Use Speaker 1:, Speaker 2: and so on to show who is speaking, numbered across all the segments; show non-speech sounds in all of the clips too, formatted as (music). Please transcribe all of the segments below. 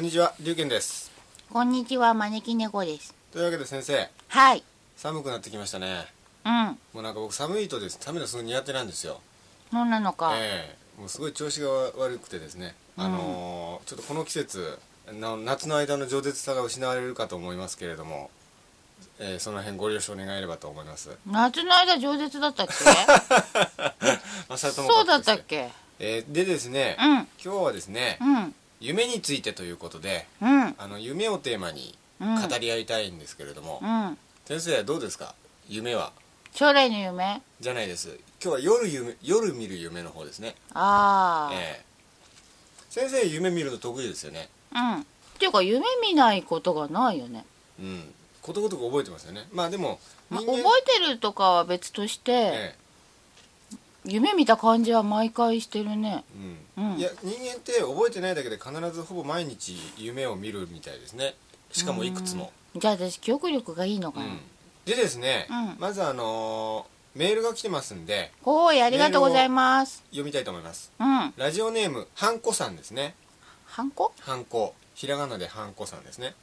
Speaker 1: にちは龍賢です
Speaker 2: こんにちは、招き猫です。
Speaker 1: というわけで先生
Speaker 2: はい。
Speaker 1: 寒くなってきましたね
Speaker 2: うん。
Speaker 1: もうなんか僕寒いとです寒いのすごい苦手なんですよ
Speaker 2: そうなのか。
Speaker 1: ええもうすごい調子が悪くてですね、あのーちょっとこの季節な夏の間の饒舌さが失われるかと思いますけれども、えーその辺ご了承願えればと思います
Speaker 2: 夏の間、饒舌だったっけ
Speaker 1: まあ (laughs) それとも
Speaker 2: そうだったっけ
Speaker 1: えーでですね、
Speaker 2: うん
Speaker 1: 今日はですね、
Speaker 2: うん。
Speaker 1: 夢についてということで
Speaker 2: うん。
Speaker 1: あの夢をテーマに
Speaker 2: うん
Speaker 1: 語り合いたいんですけれども、
Speaker 2: うん。
Speaker 1: 先生どうですか夢は
Speaker 2: 将来の夢
Speaker 1: じゃないです今日は夜夢夜見る夢の方ですね、
Speaker 2: あ
Speaker 1: ええ先生夢見るの得意ですよね
Speaker 2: あ。うん。っていうか、夢見ないことがないよね。
Speaker 1: うんことごとく覚えてますよねまあでも
Speaker 2: まあ、
Speaker 1: 人間
Speaker 2: 覚えてるとかは別として、
Speaker 1: え
Speaker 2: 夢見た感じは毎回してるね。
Speaker 1: え
Speaker 2: うん
Speaker 1: うん、いや人間って覚えてないだけで必ずほぼ毎日夢を見るみたいですねしかもいくつも、
Speaker 2: じゃあ私、記憶力がいいのか
Speaker 1: う
Speaker 2: な。
Speaker 1: んでですね、
Speaker 2: うん
Speaker 1: まずあのーメールが来てますんで
Speaker 2: ほーい、ありがとうございます。
Speaker 1: 読みたいと思います
Speaker 2: うん。
Speaker 1: ラジオネームハンコさんですね
Speaker 2: ハンコ
Speaker 1: ハンコひらがなでハンコさんですね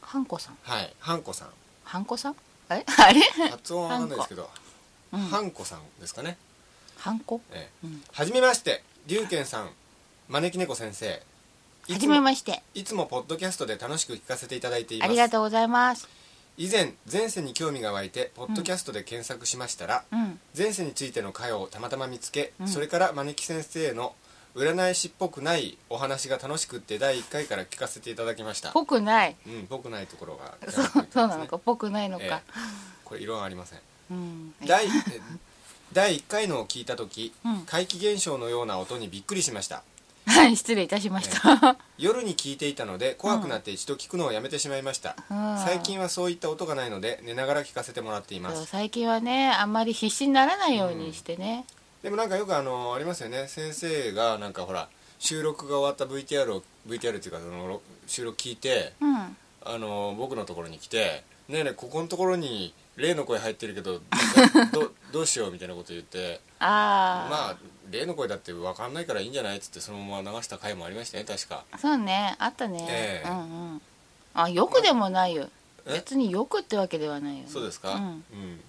Speaker 2: ハンコさん。
Speaker 1: はいハンコさん
Speaker 2: ハンコさんあれ (laughs) あれ
Speaker 1: 発音はわかんないですけど
Speaker 2: うん
Speaker 1: ハンコさんですかね、
Speaker 2: ハンコ
Speaker 1: ええ
Speaker 2: うん
Speaker 1: はじめまして龍賢さん招き猫先生い
Speaker 2: は
Speaker 1: つ
Speaker 2: じ
Speaker 1: も
Speaker 2: めまして。
Speaker 1: いつもポッドキャストで楽しく聞かせていただいていま
Speaker 2: あ
Speaker 1: す
Speaker 2: りがとうございます。
Speaker 1: 以前前世に興味が湧いてポッドキャストで検索しましたら、
Speaker 2: うん。
Speaker 1: 前世についての回をたまたま見つけ、
Speaker 2: うん
Speaker 1: それから招き先生の占い師っぽくないお話が楽しくって第1回から聞かせていただきました
Speaker 2: ぽくない。
Speaker 1: うんぽくないところが
Speaker 2: そう、 (laughs) そうなのか、ぽくないの
Speaker 1: え
Speaker 2: か。
Speaker 1: えこれ異論ありません
Speaker 2: うん。
Speaker 1: 第え第1回のを聞いた時、
Speaker 2: うん
Speaker 1: 怪奇現象のような音にびっくりしました
Speaker 2: はい、失礼いたしました。
Speaker 1: 夜に聞いていたので怖くなって一度聞くのをやめてしまいました、
Speaker 2: うん
Speaker 1: 最近はそういった音がないので寝ながら聞かせてもらっていま
Speaker 2: そう
Speaker 1: す
Speaker 2: 最近はね、あんまり必死にならないようにしてね。
Speaker 1: でもなんかよくあのありますよね先生がなんかほら収録が終わった VTR を VTR っていうかそのろ収録聞いて
Speaker 2: うん。
Speaker 1: あの僕のところに来て「ねえねえここのところに例の声入ってるけどどどうしよう」みたいなこと言ってま
Speaker 2: あ
Speaker 1: あ例の声だって分かんないからいいんじゃないっつってそのまま流した回もありましたね確か
Speaker 2: あ。そうね、あったね
Speaker 1: え。え
Speaker 2: うんうん。あ、よくでもないよ。
Speaker 1: え
Speaker 2: 別によくってわけではないよね。
Speaker 1: そうですか、
Speaker 2: う
Speaker 1: うん
Speaker 2: ん。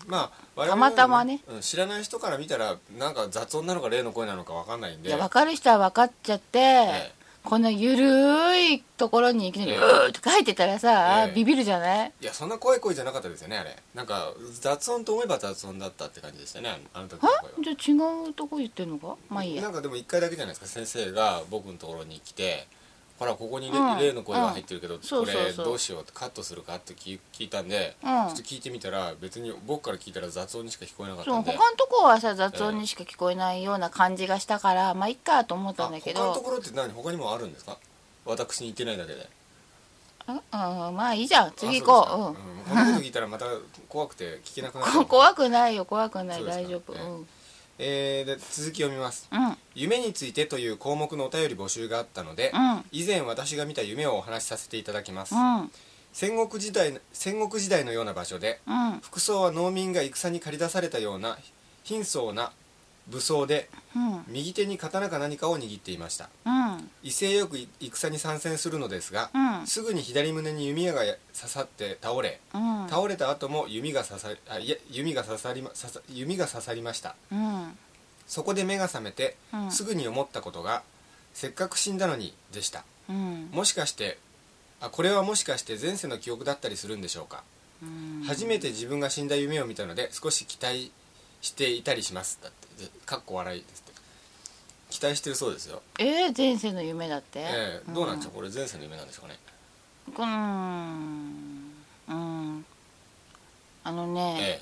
Speaker 1: まあ我々の
Speaker 2: た
Speaker 1: ように
Speaker 2: またまね
Speaker 1: うん知らない人から見たらなんか雑音なのか例の声なのか分かんないん
Speaker 2: い
Speaker 1: で
Speaker 2: や、わかる人は分かっちゃって
Speaker 1: え。
Speaker 2: このゆるいところにいきなり「
Speaker 1: え
Speaker 2: う
Speaker 1: え
Speaker 2: ー」とか入ってたらさ、
Speaker 1: ええ
Speaker 2: ビビるじゃない
Speaker 1: いやそんな怖い声じゃなかったですよねあれなんか雑音と思えば雑音だったって感じでしたねあのあの時の声は
Speaker 2: えじゃあ違うとこ言ってんのかまあいいや
Speaker 1: なんかでも一回だけじゃないですか先生が僕のところに来てほらここに、ね
Speaker 2: うん
Speaker 1: 例の声が入ってるけど、
Speaker 2: そ
Speaker 1: こ
Speaker 2: うそうそう
Speaker 1: れどうしようってカットするかって聞聞いたんで、
Speaker 2: うん
Speaker 1: ちょっと聞いてみたら別に僕から聞いたら雑音にしか聞こえなかっ
Speaker 2: そう
Speaker 1: たん
Speaker 2: 他
Speaker 1: で
Speaker 2: のとこはさ雑音にしか聞こえないような感じがしたから、まあいっかと思ったんだけ
Speaker 1: あ他のと
Speaker 2: ど
Speaker 1: ころって何他にもあるんですか私に言ってないだけで
Speaker 2: うん、うん、まあいいじゃん次行
Speaker 1: あそ
Speaker 2: こ
Speaker 1: う
Speaker 2: う
Speaker 1: ですかうんこんなこと聞いたらまた怖くて聞けなくなっ
Speaker 2: う、
Speaker 1: ちゃ
Speaker 2: ん、こ
Speaker 1: う
Speaker 2: (laughs) 怖くないよ怖くない
Speaker 1: そうですか
Speaker 2: 大丈夫、
Speaker 1: ええ
Speaker 2: うん
Speaker 1: えーで続き読みます
Speaker 2: うん
Speaker 1: 夢についてという項目のお便り募集があったので、
Speaker 2: うん
Speaker 1: 以前私が見た夢をお話しさせていただきます、
Speaker 2: うん
Speaker 1: 戦国時代戦国時代のような場所で
Speaker 2: うん
Speaker 1: 服装は農民が戦に駆り出されたような貧相な武装で
Speaker 2: うん
Speaker 1: 右手に刀か何かを握っていました
Speaker 2: うん
Speaker 1: 威勢よく戦に参戦するのですが、
Speaker 2: うん
Speaker 1: すぐに左胸に弓矢が刺さって倒れ
Speaker 2: うん
Speaker 1: 倒れた後も弓が刺さりあいや弓が刺さりま刺さ弓が刺さりました
Speaker 2: うん
Speaker 1: そこで目が覚めて、
Speaker 2: うん
Speaker 1: すぐに思ったことがせっかく死んだのにでした
Speaker 2: うん
Speaker 1: もしかしてあこれはもしかして前世の記憶だったりするんでしょうか、
Speaker 2: うん
Speaker 1: 初めて自分が死んだ夢を見たので少し期待していたりしますだってでかっこ笑いですって期待してるそうですよ
Speaker 2: えー、前世の夢だって、
Speaker 1: ええどうなんでしょうこれ前世の夢なんでしょうかね
Speaker 2: ううんうんあのね、
Speaker 1: え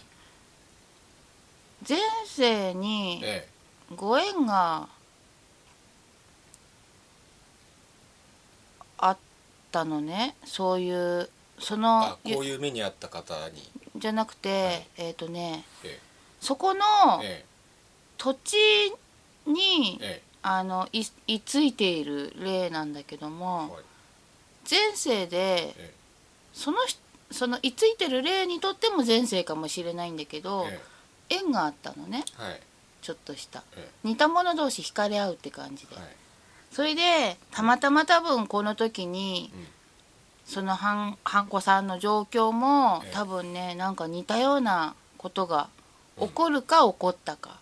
Speaker 2: 前世
Speaker 1: え
Speaker 2: に
Speaker 1: え
Speaker 2: ご縁があったのねそういうそ
Speaker 1: え
Speaker 2: の
Speaker 1: あこういう目にあった方に
Speaker 2: ゆじゃなくて、
Speaker 1: はい
Speaker 2: えっ、とね
Speaker 1: え
Speaker 2: そこの
Speaker 1: ええ
Speaker 2: 土地に、
Speaker 1: ええ
Speaker 2: あのい居ついている例なんだけど
Speaker 1: え
Speaker 2: も、
Speaker 1: はい
Speaker 2: 前世で
Speaker 1: え
Speaker 2: その人その居ついてる例にとっても前世かもしれないんだけど、
Speaker 1: え
Speaker 2: 縁があったのね
Speaker 1: えはい
Speaker 2: ちょっとした
Speaker 1: え
Speaker 2: 似た者同士惹かれ合うって感じで、
Speaker 1: えはい
Speaker 2: それでたまたま多分この時に、
Speaker 1: うん
Speaker 2: そのはんはんこさんの状況も
Speaker 1: ええ
Speaker 2: 多分ねなんか似たようなことが起こるか起こったか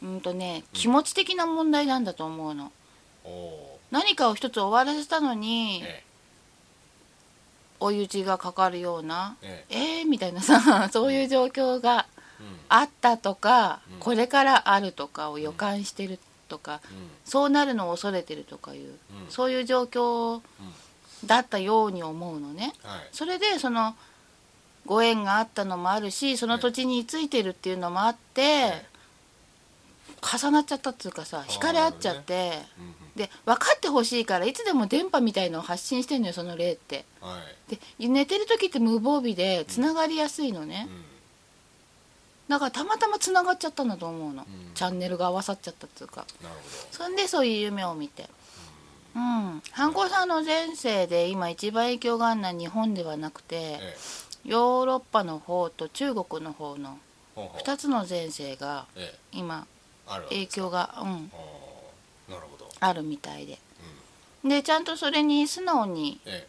Speaker 2: うんとね気持ち的な問題なんだと思うの
Speaker 1: おお
Speaker 2: 何かを一つ終わらせたの
Speaker 1: ー
Speaker 2: に
Speaker 1: え
Speaker 2: 追い打ちがかかるような
Speaker 1: ええ
Speaker 2: えー、みたいなさそういう状況が
Speaker 1: え
Speaker 2: あったとか、
Speaker 1: うん
Speaker 2: これからあるとかを予感してるとか、そうなるのを恐れてるとかいう、
Speaker 1: うん
Speaker 2: そういう状況だったように思うのね。
Speaker 1: うんはい
Speaker 2: それでそのご縁があったのもあるしその土地についてるっていうのもあって、
Speaker 1: え
Speaker 2: 重なっちゃったっていうかさ惹かれ合っちゃって、
Speaker 1: うんうん
Speaker 2: で分かってほしいからいつでも電波みたいのを発信してんのよその霊って。
Speaker 1: はい
Speaker 2: で寝てる時って無防備でつながりやすいのね、
Speaker 1: うん
Speaker 2: だからたまたまつながっちゃったんだと思うの、
Speaker 1: うん
Speaker 2: チャンネルが合わさっちゃったっていうか
Speaker 1: なるほど
Speaker 2: そんでそういう夢を見てうん反抗さんの前世で今一番影響があるのは日本ではなくて
Speaker 1: ええ
Speaker 2: ヨーロッパの方と中国の方の
Speaker 1: ほうほう
Speaker 2: 2つの前世が
Speaker 1: ええ
Speaker 2: 今
Speaker 1: あるわけ
Speaker 2: 影響が、う
Speaker 1: あ
Speaker 2: ん、
Speaker 1: ーなるほど
Speaker 2: あるみたいででちゃんとそれに素直に
Speaker 1: ええ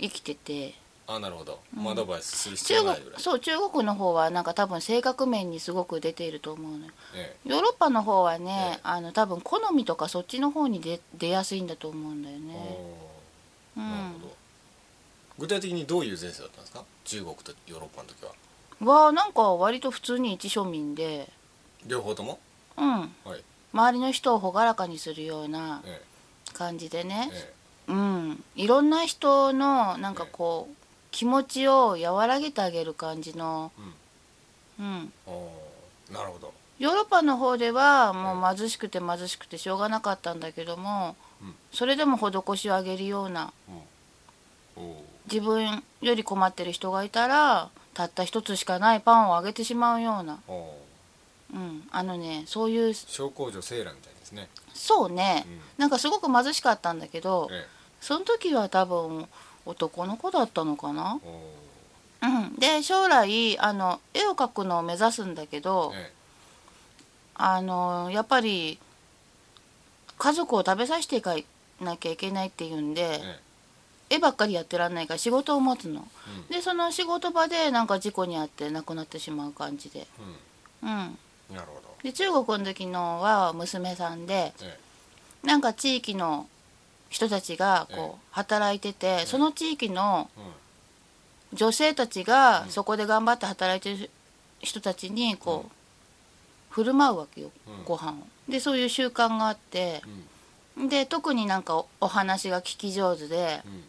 Speaker 2: 生きてて
Speaker 1: あなるほど
Speaker 2: うん
Speaker 1: アドバイスする必
Speaker 2: 中
Speaker 1: 要ないぐら
Speaker 2: 国
Speaker 1: い
Speaker 2: そう中国の方はなんか多分性格面にすごく出ていると思うのよ
Speaker 1: ええ
Speaker 2: ヨーロッパの方はね、
Speaker 1: ええ
Speaker 2: あの多分好みとかそっちの方に出出やすいんだと思うんだよ
Speaker 1: お
Speaker 2: ね。
Speaker 1: ー
Speaker 2: う
Speaker 1: なるほ
Speaker 2: ん
Speaker 1: ど具体的にどういう前世だったんですか中国とヨーロッパの時は
Speaker 2: わあなんか割と普通に一庶民で、
Speaker 1: 両方とも
Speaker 2: うん、
Speaker 1: はい
Speaker 2: 周りの人を朗らかにするような
Speaker 1: え
Speaker 2: 感じで
Speaker 1: え
Speaker 2: ね、
Speaker 1: え
Speaker 2: うん、いろんな人のなんかこう気持ちを和らげてあげる感じの、
Speaker 1: えうん
Speaker 2: うん、
Speaker 1: おーなるほど
Speaker 2: ヨーロッパの方ではも
Speaker 1: え
Speaker 2: う貧しくて貧しくてしょうがなかったんだけども
Speaker 1: うん、
Speaker 2: それでも施しをあげるような
Speaker 1: おお
Speaker 2: 自分より困ってる人がいたらたった一つしかないパンをあげてしまうような、
Speaker 1: おお
Speaker 2: うん、あのねそういう
Speaker 1: 小公女セイラみたいですね
Speaker 2: そうね、
Speaker 1: うん
Speaker 2: なんかすごく貧しかったんだけど
Speaker 1: え
Speaker 2: その時は多分男の子だったのかな
Speaker 1: え、おお
Speaker 2: うん、で将来あの絵を描くのを目指すんだけど、
Speaker 1: え
Speaker 2: あのやっぱり家族を食べさせていかなきゃいけないっていうんで
Speaker 1: え、え
Speaker 2: 絵ばっかりやってらんないから仕事を持つの。
Speaker 1: えうん
Speaker 2: でその仕事場でなんか事故に遭って亡くなってしまう感じで、うん、
Speaker 1: うんなるほど
Speaker 2: で中国の時のは娘さんで
Speaker 1: え
Speaker 2: なんか地域の人たちが
Speaker 1: え
Speaker 2: こう働いててその地域の
Speaker 1: えうん
Speaker 2: 女性たちがそこで頑張って働いてる人たちにこ
Speaker 1: うん
Speaker 2: う振る舞うわけよ
Speaker 1: うん
Speaker 2: ご飯を。でそういう習慣があって
Speaker 1: うん
Speaker 2: で特になんかおお話が聞き上手で
Speaker 1: うんうん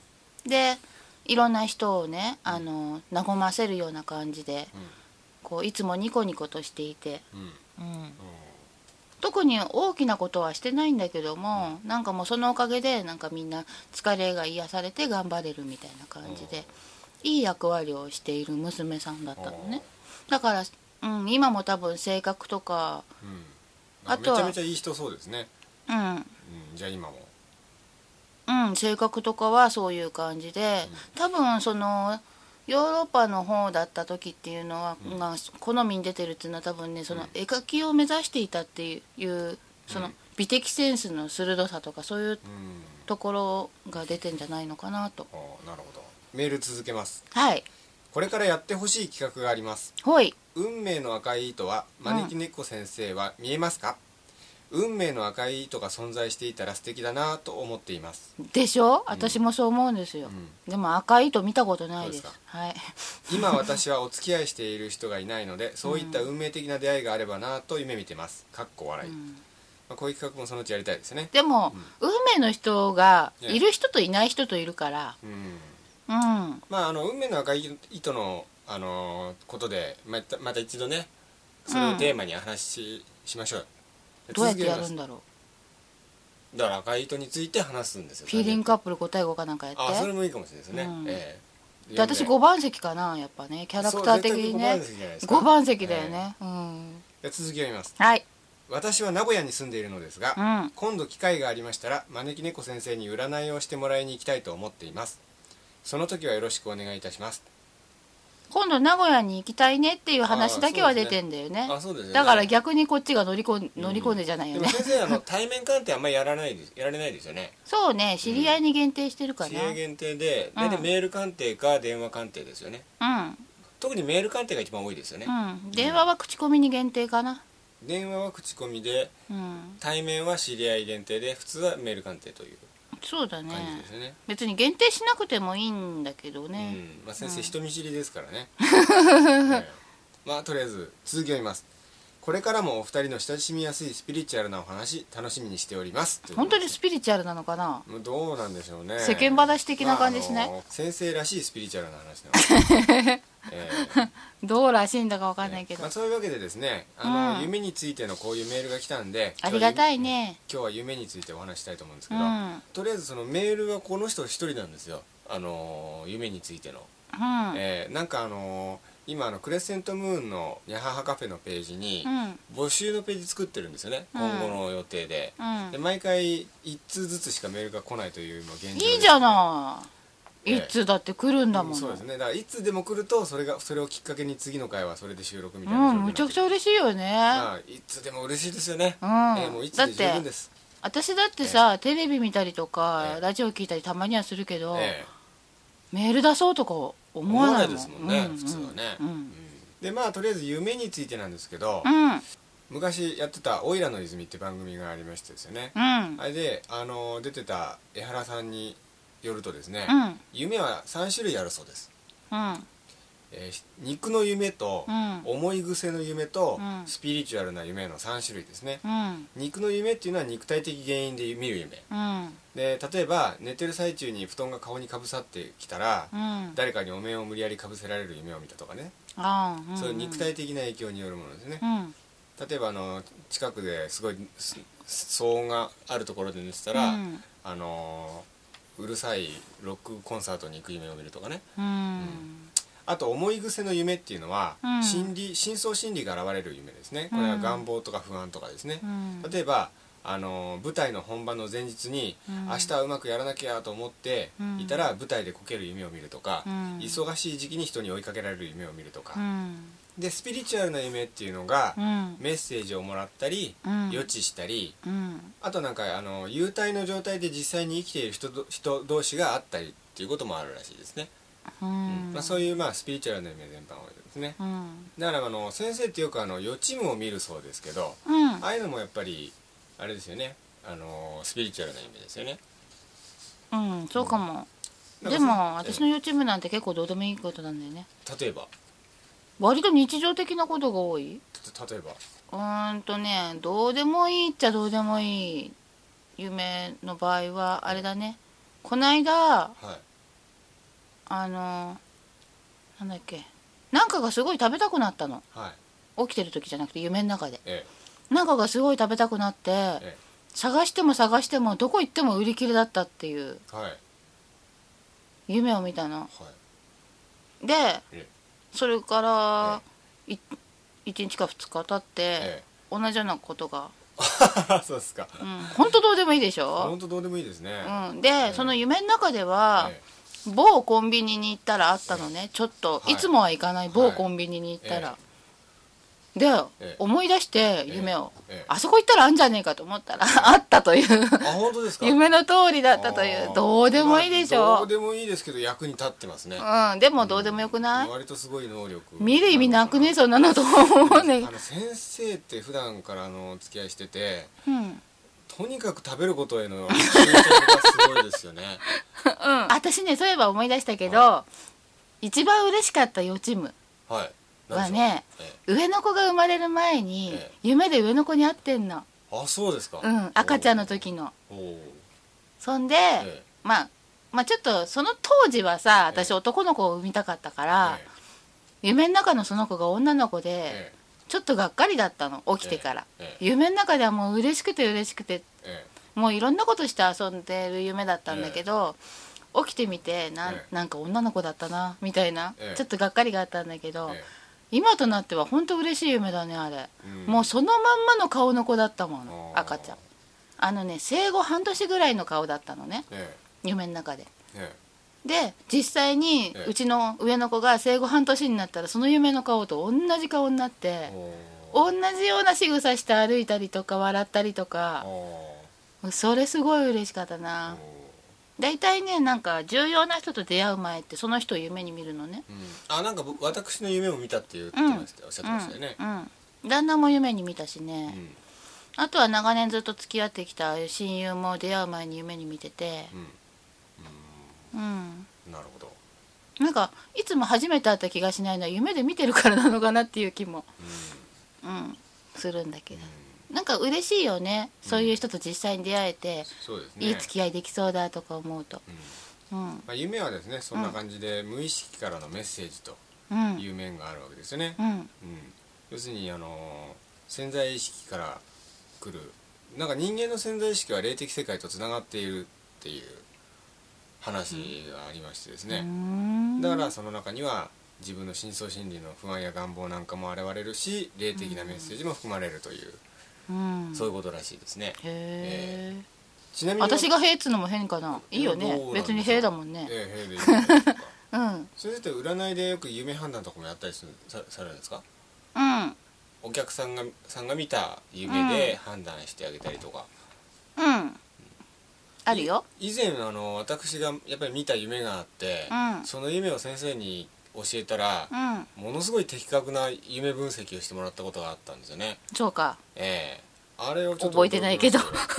Speaker 2: でいろんな人をねあの和ませるような感じで。こういつもニコニコとしていて、
Speaker 1: うんうん
Speaker 2: 特に大きなことはしてないんだけども、なんかもうそのおかげでなんかみんな疲れが癒されて頑張れるみたいな感じで、いい役割をしている娘さんだったのね、だから、うん、今も多分性格とか、
Speaker 1: うん
Speaker 2: あとは
Speaker 1: めちゃめちゃいい人そうですね
Speaker 2: うん
Speaker 1: うんじゃあ今も
Speaker 2: うん、性格とかはそういう感じで、多分そのヨーロッパの方だった時っていうのは、
Speaker 1: うん
Speaker 2: が好みに出てるっていうのは多分ねその
Speaker 1: うん
Speaker 2: 絵描きを目指していたっていうその美的センスの鋭さとかそういう
Speaker 1: うん
Speaker 2: ところが出てんじゃないのかなと。
Speaker 1: おおなるほどメール続けます
Speaker 2: はい、
Speaker 1: これからやってほしい企画があります
Speaker 2: ほい、
Speaker 1: 運命の赤い糸は招き猫先生は見えますか、運命の赤い糸が存在していたら素敵だなと思っています
Speaker 2: でしょ私もそう思うんですよ、でも赤い糸見たことないです
Speaker 1: そうです
Speaker 2: はい、
Speaker 1: 今私はお付き合いしている人がいないのでそういった運命的な出会いがあればなと夢見てますかっこ笑い、
Speaker 2: う
Speaker 1: ま
Speaker 2: ん
Speaker 1: あ、こういう企画もそのうちやりたいですね
Speaker 2: でも、
Speaker 1: うん
Speaker 2: 運命の人が
Speaker 1: ええ
Speaker 2: いる人といない人といるから、
Speaker 1: うん
Speaker 2: うん
Speaker 1: まああの運命の赤い糸の、あのーことでまたまた一度ねそれをテーマに話し,、しましょう
Speaker 2: どうやってやるん
Speaker 1: だ
Speaker 2: だろう
Speaker 1: だから赤い糸について話すんですよ
Speaker 2: フィーリングカップル5対5かなんかやって
Speaker 1: あそれもいいかもしれないですね、
Speaker 2: うん
Speaker 1: ええ
Speaker 2: で私
Speaker 1: 読ん
Speaker 2: 5番席かなやっぱねキャラクター的にね
Speaker 1: そう絶対五番席じゃないですか
Speaker 2: 5番席だよね、うん
Speaker 1: ええ続きを読みます
Speaker 2: はい
Speaker 1: 私は名古屋に住んでいるのですが、
Speaker 2: うん
Speaker 1: 今度機会がありましたら招き猫先生に占いをしてもらいに行きたいと思っていますその時はよろしくお願いいたします
Speaker 2: 今度名古屋に行きたいねっていう話だけ
Speaker 1: あ
Speaker 2: は
Speaker 1: ーそう
Speaker 2: 出
Speaker 1: です
Speaker 2: て
Speaker 1: ね
Speaker 2: んだよね
Speaker 1: あそうですよね
Speaker 2: だから逆にこっちが乗りこん乗り込んでじゃない
Speaker 1: で
Speaker 2: よ
Speaker 1: も
Speaker 2: ね、
Speaker 1: 先生あの対面鑑定あんまりやらないですやられないですよね
Speaker 2: そうね知り合いに限定してるか
Speaker 1: 知り合い
Speaker 2: な
Speaker 1: 限定で
Speaker 2: うん
Speaker 1: 大体メール鑑定か電話鑑定ですよね
Speaker 2: うん
Speaker 1: 特にメール鑑定が一番多いですよね、
Speaker 2: うん、電話は口コミに限定かな、
Speaker 1: 電話は口コミで
Speaker 2: うん、
Speaker 1: 対面は知り合い限定で普通はメール鑑定という
Speaker 2: そうだね
Speaker 1: 感じですよね
Speaker 2: 別に限定しなくてもいいんだけどね、
Speaker 1: うんまあ、先生人見知りです
Speaker 2: (laughs)
Speaker 1: からね、ええまあとりあえず続きを見ますこれからもお二人の親しみやすいスピリチュアルなお話楽しみにしております
Speaker 2: 本当にスピリチュアルなのかな
Speaker 1: もうどうなんでしょうね
Speaker 2: 世間話的な感じしない
Speaker 1: まああの先生らしいスピリチュアルな話なんですね
Speaker 2: (laughs)
Speaker 1: ええ
Speaker 2: どうらしいんだかわかんないけど、
Speaker 1: まあ、そういうわけでですねあの、
Speaker 2: うん
Speaker 1: 夢についてのこういうメールが来たんで
Speaker 2: ありがたいね
Speaker 1: 今日は夢についてお話ししたいと思うんです
Speaker 2: う
Speaker 1: け
Speaker 2: ん
Speaker 1: ど、
Speaker 2: うん
Speaker 1: とりあえずそのメールはこの人一人なんですよあの夢についてのえーなんかあのー今あのクレッセントムーンのヤハハカフェのページに
Speaker 2: うん
Speaker 1: 募集のページ作ってるんですよね、
Speaker 2: うん
Speaker 1: 今後の予定で,、
Speaker 2: うん
Speaker 1: で毎回1通ずつしかメールが来ないという今現状です
Speaker 2: いいじゃない
Speaker 1: ええ
Speaker 2: いつだって来るんだもん、
Speaker 1: うんそうですねだからいつでも来るとそれがそれをきっかけに次の回はそれで収録みたいな状況
Speaker 2: う
Speaker 1: に
Speaker 2: ん
Speaker 1: な
Speaker 2: む
Speaker 1: っ
Speaker 2: ち
Speaker 1: て
Speaker 2: ゃくちゃ嬉しいよね
Speaker 1: まあいつでも嬉しいですよね、
Speaker 2: うん
Speaker 1: えーもういつ
Speaker 2: だっ
Speaker 1: で十
Speaker 2: て
Speaker 1: 分です
Speaker 2: 私だってさ、テレビ見たりとか、
Speaker 1: ええ
Speaker 2: ラジオ聞いたりたまにはするけど、
Speaker 1: ええ
Speaker 2: メール出そうとか思
Speaker 1: 思
Speaker 2: わ
Speaker 1: わ
Speaker 2: な
Speaker 1: ないい
Speaker 2: もん
Speaker 1: ですもんね、
Speaker 2: う
Speaker 1: 普通はね、
Speaker 2: うん
Speaker 1: うんでまあとりあえず夢についてなんですけど、
Speaker 2: うんうん
Speaker 1: 昔やってた「オイラの泉」って番組がありましてですよね、
Speaker 2: うん
Speaker 1: あれで、あの出てた江原さんによるとですね、
Speaker 2: うん
Speaker 1: 夢は3種類あるそうです、
Speaker 2: うん
Speaker 1: えー肉の夢と、
Speaker 2: うん
Speaker 1: 思い癖の夢と、
Speaker 2: うん
Speaker 1: スピリチュアルな夢の3種類ですね、
Speaker 2: うん
Speaker 1: 肉の夢っていうのは肉体的原因で見る夢
Speaker 2: うん
Speaker 1: で例えば寝てる最中に布団が顔にかぶさってきたら、
Speaker 2: うん
Speaker 1: 誰かにお面を無理やりかぶせられる夢を見たとかね、
Speaker 2: ああ、ん
Speaker 1: そういう肉体的な影響によるものですね
Speaker 2: う、ん
Speaker 1: 例えばあの近くですごいす騒音があるところで寝てたら、
Speaker 2: うん
Speaker 1: あのーうるさいロックコンサートに行く夢を見るとかね
Speaker 2: うん
Speaker 1: あと思い癖の夢っていうのは、
Speaker 2: うん
Speaker 1: 心理深層心理が現れる夢ですねこれは願望とか不安とかですね
Speaker 2: う、ん
Speaker 1: 例えばあのー舞台の本番の前日に、
Speaker 2: うん
Speaker 1: 明日はうまくやらなきゃと思っていたら舞台でこける夢を見るとか、
Speaker 2: うん
Speaker 1: 忙しい時期に人に追いかけられる夢を見るとか、
Speaker 2: うん
Speaker 1: でスピリチュアルな夢っていうのが、
Speaker 2: うん
Speaker 1: メッセージをもらったり、
Speaker 2: うん
Speaker 1: 予知したり
Speaker 2: うん
Speaker 1: あとなんかあの幽体の状態で実際に生きている人ど人同士があったりっていうこともあるらしいですね、
Speaker 2: うん
Speaker 1: まあ、そういうまあスピリチュアルな夢全般多いですね
Speaker 2: うん
Speaker 1: だからあの先生ってよくあの予知夢を見るそうですけど
Speaker 2: うん
Speaker 1: ああいうのもやっぱりあれですよねあのスピリチュアルな夢ですよね
Speaker 2: うんそうかも
Speaker 1: なんか
Speaker 2: で
Speaker 1: そ
Speaker 2: も私の
Speaker 1: え
Speaker 2: YouTube なんて結構どうでもいいことなんだよね
Speaker 1: 例えば
Speaker 2: 割と日常的なことが多い
Speaker 1: た例えば
Speaker 2: うーんとねどうでもいいっちゃどうでもいい夢の場合はあれだねこないだ
Speaker 1: はい
Speaker 2: あのなんだっけなんかがすごい食べたくなったの
Speaker 1: はい
Speaker 2: 起きてる時じゃなくて夢の中で
Speaker 1: え
Speaker 2: なんかがすごい食べたくなって
Speaker 1: ええ
Speaker 2: 探しても探してもどこ行っても売り切れだったっていう
Speaker 1: えはいはい
Speaker 2: 夢を見たので
Speaker 1: え
Speaker 2: それからい1日か2日経って
Speaker 1: え (laughs)
Speaker 2: 同じようなことが、
Speaker 1: えそうですか
Speaker 2: うん、本当どうでもいいでしょ、
Speaker 1: 本当どうでもいいですね、
Speaker 2: うん、でその夢の中では
Speaker 1: え
Speaker 2: 某コンビニに行ったらあったのねちょっと
Speaker 1: はい
Speaker 2: いつもは行かない某コンビニに行ったらで
Speaker 1: ええ
Speaker 2: 思い出して夢を
Speaker 1: えええ
Speaker 2: あそこ行ったらあんじゃねえかと思ったらあったという
Speaker 1: えあ本当ですか
Speaker 2: (laughs) 夢の通りだったとい
Speaker 1: あ
Speaker 2: う
Speaker 1: ー
Speaker 2: どうでもいいでし
Speaker 1: まあど
Speaker 2: ょ
Speaker 1: うでもいいですけど役に立ってますね、
Speaker 2: うんでもどうでもよくない
Speaker 1: 割とすごい能力
Speaker 2: 見る意味なくねそんなのと
Speaker 1: あ
Speaker 2: 思うね
Speaker 1: の先生って普段からあのお付き合いしてて
Speaker 2: うん
Speaker 1: とにかく食べることへの (laughs) 執着がすごいですよね
Speaker 2: うん私ねそういえば思い出したけど一番嬉しかった予知夢
Speaker 1: はい何で
Speaker 2: は
Speaker 1: しょう
Speaker 2: ね
Speaker 1: え
Speaker 2: 上の子が生まれる前に
Speaker 1: ええ
Speaker 2: 夢で上の子に会ってんの
Speaker 1: えあそうですか
Speaker 2: うん赤ちゃんの時の
Speaker 1: おお
Speaker 2: そんで、
Speaker 1: え
Speaker 2: まあまあちょっとその当時はさ
Speaker 1: ええ
Speaker 2: 私男の子を産みたかったか
Speaker 1: え
Speaker 2: ら、夢の中のその子が女の子で、
Speaker 1: え
Speaker 2: ちょっとがっかりだったの起きてから、
Speaker 1: ええ
Speaker 2: 夢の中ではもう嬉しくて嬉しくて
Speaker 1: ええ
Speaker 2: もういろんなことして遊んでる夢だったんだけど、起きてみてなん,、
Speaker 1: ええ
Speaker 2: なんか女の子だったなみたいな、
Speaker 1: ええ
Speaker 2: ちょっとがっかりがあったんだけど、
Speaker 1: ええ
Speaker 2: 今となっては本当嬉しい夢だねあれ、
Speaker 1: うん
Speaker 2: もうそのまんまの顔の子だったもの
Speaker 1: あー
Speaker 2: 赤ちゃんあのね生後半年ぐらいの顔だったのね
Speaker 1: え
Speaker 2: 夢の中で
Speaker 1: ええ
Speaker 2: で実際に
Speaker 1: ええ
Speaker 2: うちの上の子が生後半年になったらその夢の顔と同じ顔になって同じような仕草して歩いたりとか笑ったりとかそれすごい嬉しかったな大体ねなんか重要な人と出会う前ってその人を夢に見るのね
Speaker 1: あなんか僕私の夢を見たって言ってましたよ、おっしゃってましたよね、
Speaker 2: うんうん、旦那も夢に見たし
Speaker 1: う
Speaker 2: ね、
Speaker 1: ん
Speaker 2: あとは長年ずっと付き合ってきた親友も出会う前に夢に見てて
Speaker 1: うん
Speaker 2: うん
Speaker 1: うんなるほど、
Speaker 2: なんかいつも初めて会った気がしないのは夢で見てるからなのかなっていう気も、
Speaker 1: うん
Speaker 2: うん、するんだけど
Speaker 1: うん
Speaker 2: なんか嬉しいよねそういう人と実際に出会えて、
Speaker 1: そうですね
Speaker 2: いい付き合いできそうだとか思うと
Speaker 1: うん
Speaker 2: うん
Speaker 1: まあ、夢はですねそんな感じで、無意識からのメッセージと
Speaker 2: うん
Speaker 1: いう面があるわけですよね、
Speaker 2: うん
Speaker 1: うん要するにあの潜在意識から来るなんか人間の潜在意識は霊的世界とつながっているっていう話がありましてです
Speaker 2: う
Speaker 1: ね、
Speaker 2: ーん
Speaker 1: だからその中には自分の深層心理の不安や願望なんかも現れるし霊的なメッセージも含まれるという、
Speaker 2: うん
Speaker 1: そういうことらしいですね
Speaker 2: へえ
Speaker 1: ちなみに
Speaker 2: 私が「へ」っつうのも変かないいよ
Speaker 1: どう
Speaker 2: ね
Speaker 1: なんでしょう
Speaker 2: 別に「へ」だもんね
Speaker 1: ええへえでいいんじゃない
Speaker 2: (laughs)
Speaker 1: ですか
Speaker 2: うん
Speaker 1: それって占いでよく夢判断とかもやったりするさされるんですか
Speaker 2: うん
Speaker 1: お客さんがさんが見た夢で
Speaker 2: うん
Speaker 1: 判断してあげたりとか、
Speaker 2: うんあるよ
Speaker 1: い以前あの私がやっぱり見た夢があって、
Speaker 2: うん
Speaker 1: その夢を先生に教えたら
Speaker 2: う、ん
Speaker 1: ものすごい的確な夢分析をしてもらったことがあったんですよね
Speaker 2: そうか
Speaker 1: ええあれをちょっと
Speaker 2: 覚えてないけど
Speaker 1: 驚きまし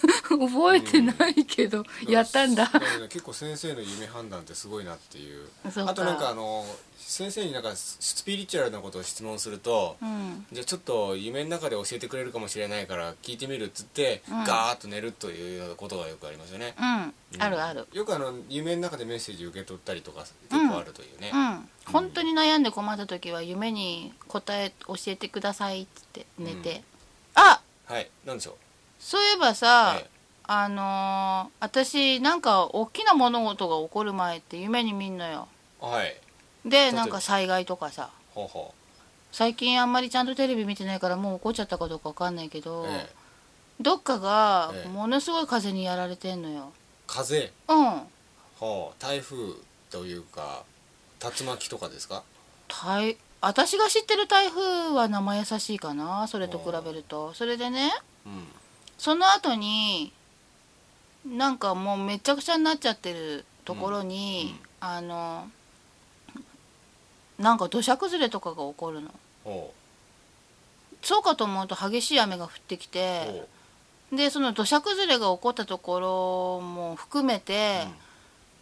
Speaker 2: (laughs) 覚えてないけど、
Speaker 1: たよ
Speaker 2: やったんだ
Speaker 1: からそうね結構先生の夢判断ってすごいなっていう
Speaker 2: そうか
Speaker 1: あとなんかあの先生になんかススピリチュアルなことを質問すると、
Speaker 2: うん
Speaker 1: じゃあちょっと夢の中で教えてくれるかもしれないから聞いてみるっつって、
Speaker 2: うん
Speaker 1: ガーッと寝るというようなことがよくありますよね、
Speaker 2: うん
Speaker 1: うん
Speaker 2: あるある
Speaker 1: よくあの夢の中でメッセージ受け取ったりとか結構あるというね、
Speaker 2: うん本当に悩んで困った時は夢に答え教えてくださいっつって寝て、
Speaker 1: うん
Speaker 2: あ
Speaker 1: はいなんでしょう
Speaker 2: そういえばさ、
Speaker 1: ええ
Speaker 2: あのー私なんか大きな物事が起こる前って夢に見んのよ
Speaker 1: はい
Speaker 2: で
Speaker 1: ば
Speaker 2: なんか災害とかさ
Speaker 1: ほうほ
Speaker 2: 最近あんまりちゃんとテレビ見てないからもう起こっちゃったかどうかわかんないけ
Speaker 1: う、
Speaker 2: ど、
Speaker 1: ええ、
Speaker 2: どっかが
Speaker 1: ええ
Speaker 2: ものすごい風にやられてんのよ
Speaker 1: 風
Speaker 2: うん
Speaker 1: ほう台風というか竜巻とかですか
Speaker 2: 台私が知ってる台風は生優しいかなそれと比べるとそれでね
Speaker 1: うん
Speaker 2: その後になんかもうめちゃくちゃになっちゃってるところに、あのなんか土砂崩れとかが起こるの
Speaker 1: ほ
Speaker 2: そうかと思うと激しい雨が降ってき
Speaker 1: う
Speaker 2: て
Speaker 1: ほ
Speaker 2: でその土砂崩れが起こったところも含めて、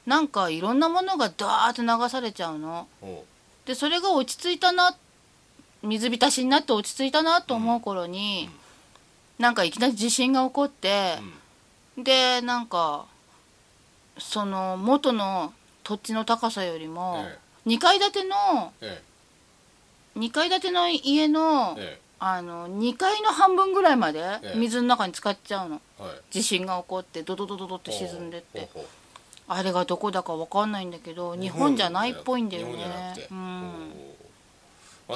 Speaker 2: なんかいろんなものがダーって流されちゃうの
Speaker 1: うほ
Speaker 2: でそれが落ち着いたな水浸しになって落ち着いたなと思う頃に、
Speaker 1: うん
Speaker 2: なんかいきなり地震が起こって
Speaker 1: う、うん
Speaker 2: でなんかその元の土地の高さよりも、
Speaker 1: え
Speaker 2: 2階建ての
Speaker 1: え
Speaker 2: 2階建ての家の,、
Speaker 1: え
Speaker 2: あの2階の半分ぐらいまで
Speaker 1: ええ
Speaker 2: 水の中に浸かっちゃうの
Speaker 1: えはい
Speaker 2: 地震が起こってドドドドドって沈んでって
Speaker 1: ほうほうほう
Speaker 2: あれがどこだかわかんないんだけど日本じゃないっぽいんだよね
Speaker 1: 日本じゃなくて、
Speaker 2: う
Speaker 1: お
Speaker 2: ん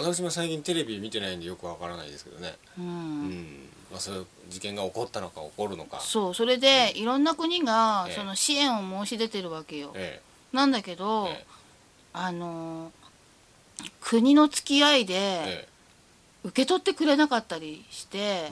Speaker 1: ー私も最近テレビ見てないんでよくわからないですけどね、
Speaker 2: う
Speaker 1: うん
Speaker 2: ん
Speaker 1: まあ、そういう事件が起こったのか起こるのか、
Speaker 2: そうそれでいろんな国が
Speaker 1: ええ
Speaker 2: その支援を申し出てるわけよ
Speaker 1: え
Speaker 2: なんだけ
Speaker 1: え
Speaker 2: ど
Speaker 1: え
Speaker 2: あの国の付き合い
Speaker 1: え
Speaker 2: で
Speaker 1: え
Speaker 2: 受け取ってくれなかったりして
Speaker 1: え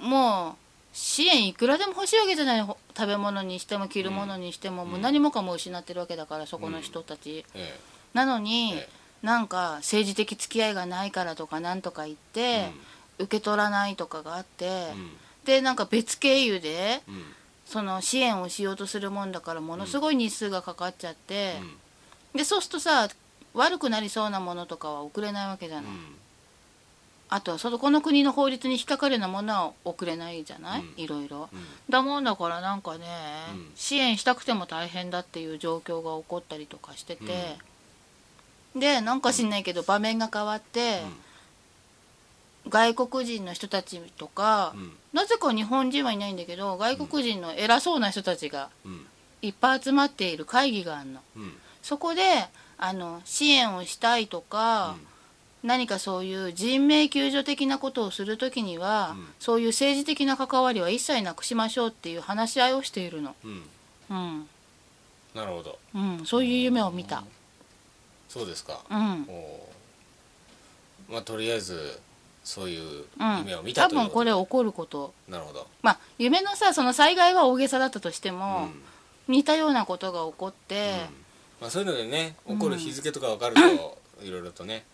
Speaker 1: うん
Speaker 2: もう支援いくらでも欲しいわけじゃないほ食べ物にしても着るものにしても
Speaker 1: うん
Speaker 2: もう何もかも失ってるわけだからそこの人たち
Speaker 1: え
Speaker 2: なの
Speaker 1: え
Speaker 2: に
Speaker 1: え
Speaker 2: なんか政治的付き合いがないからとかなんとか言って受け取らないとかがあって
Speaker 1: うん
Speaker 2: でなんか別経由で
Speaker 1: うん
Speaker 2: その支援をしようとするもんだからものすごい日数がかかっちゃって、でそうするとさ悪くなりそうなものとかは送れないわけじゃ
Speaker 1: うん
Speaker 2: ない、
Speaker 1: うん
Speaker 2: あとはそこの国の法律に引っかかるようなものは送れないじゃない、
Speaker 1: うん
Speaker 2: いろいろ
Speaker 1: うん
Speaker 2: だもんだからなんかね、
Speaker 1: うん
Speaker 2: 支援したくても大変だっていう状況が起こったりとかしてて、でなんか知んないけど場面が変わって、外国人の人たちとか、
Speaker 1: うんうん
Speaker 2: なぜか日本人はいないんだけど外国人の偉そうな人たちが
Speaker 1: うん
Speaker 2: いっぱい集まっている会議があるの
Speaker 1: うん
Speaker 2: そこであの支援をしたいとか、何かそういう人命救助的なことをする時には、
Speaker 1: うん
Speaker 2: そういう政治的な関わりは一切なくしましょうっていう話し合いをしているの、
Speaker 1: うん
Speaker 2: うん、
Speaker 1: なるほど
Speaker 2: うん、そういう夢を見た
Speaker 1: そうですか、
Speaker 2: うん
Speaker 1: おおーまあとりあえずそういう
Speaker 2: うん
Speaker 1: 夢を見た
Speaker 2: 多
Speaker 1: という
Speaker 2: 分
Speaker 1: こ
Speaker 2: ことれ起こること
Speaker 1: なるほど、
Speaker 2: まあ夢のさその災害は大げさだったとして
Speaker 1: うん
Speaker 2: も、似たようなことが起こっ
Speaker 1: うん
Speaker 2: て、
Speaker 1: まあ、そういうのでね起こる日付とか分かるといろいろとね、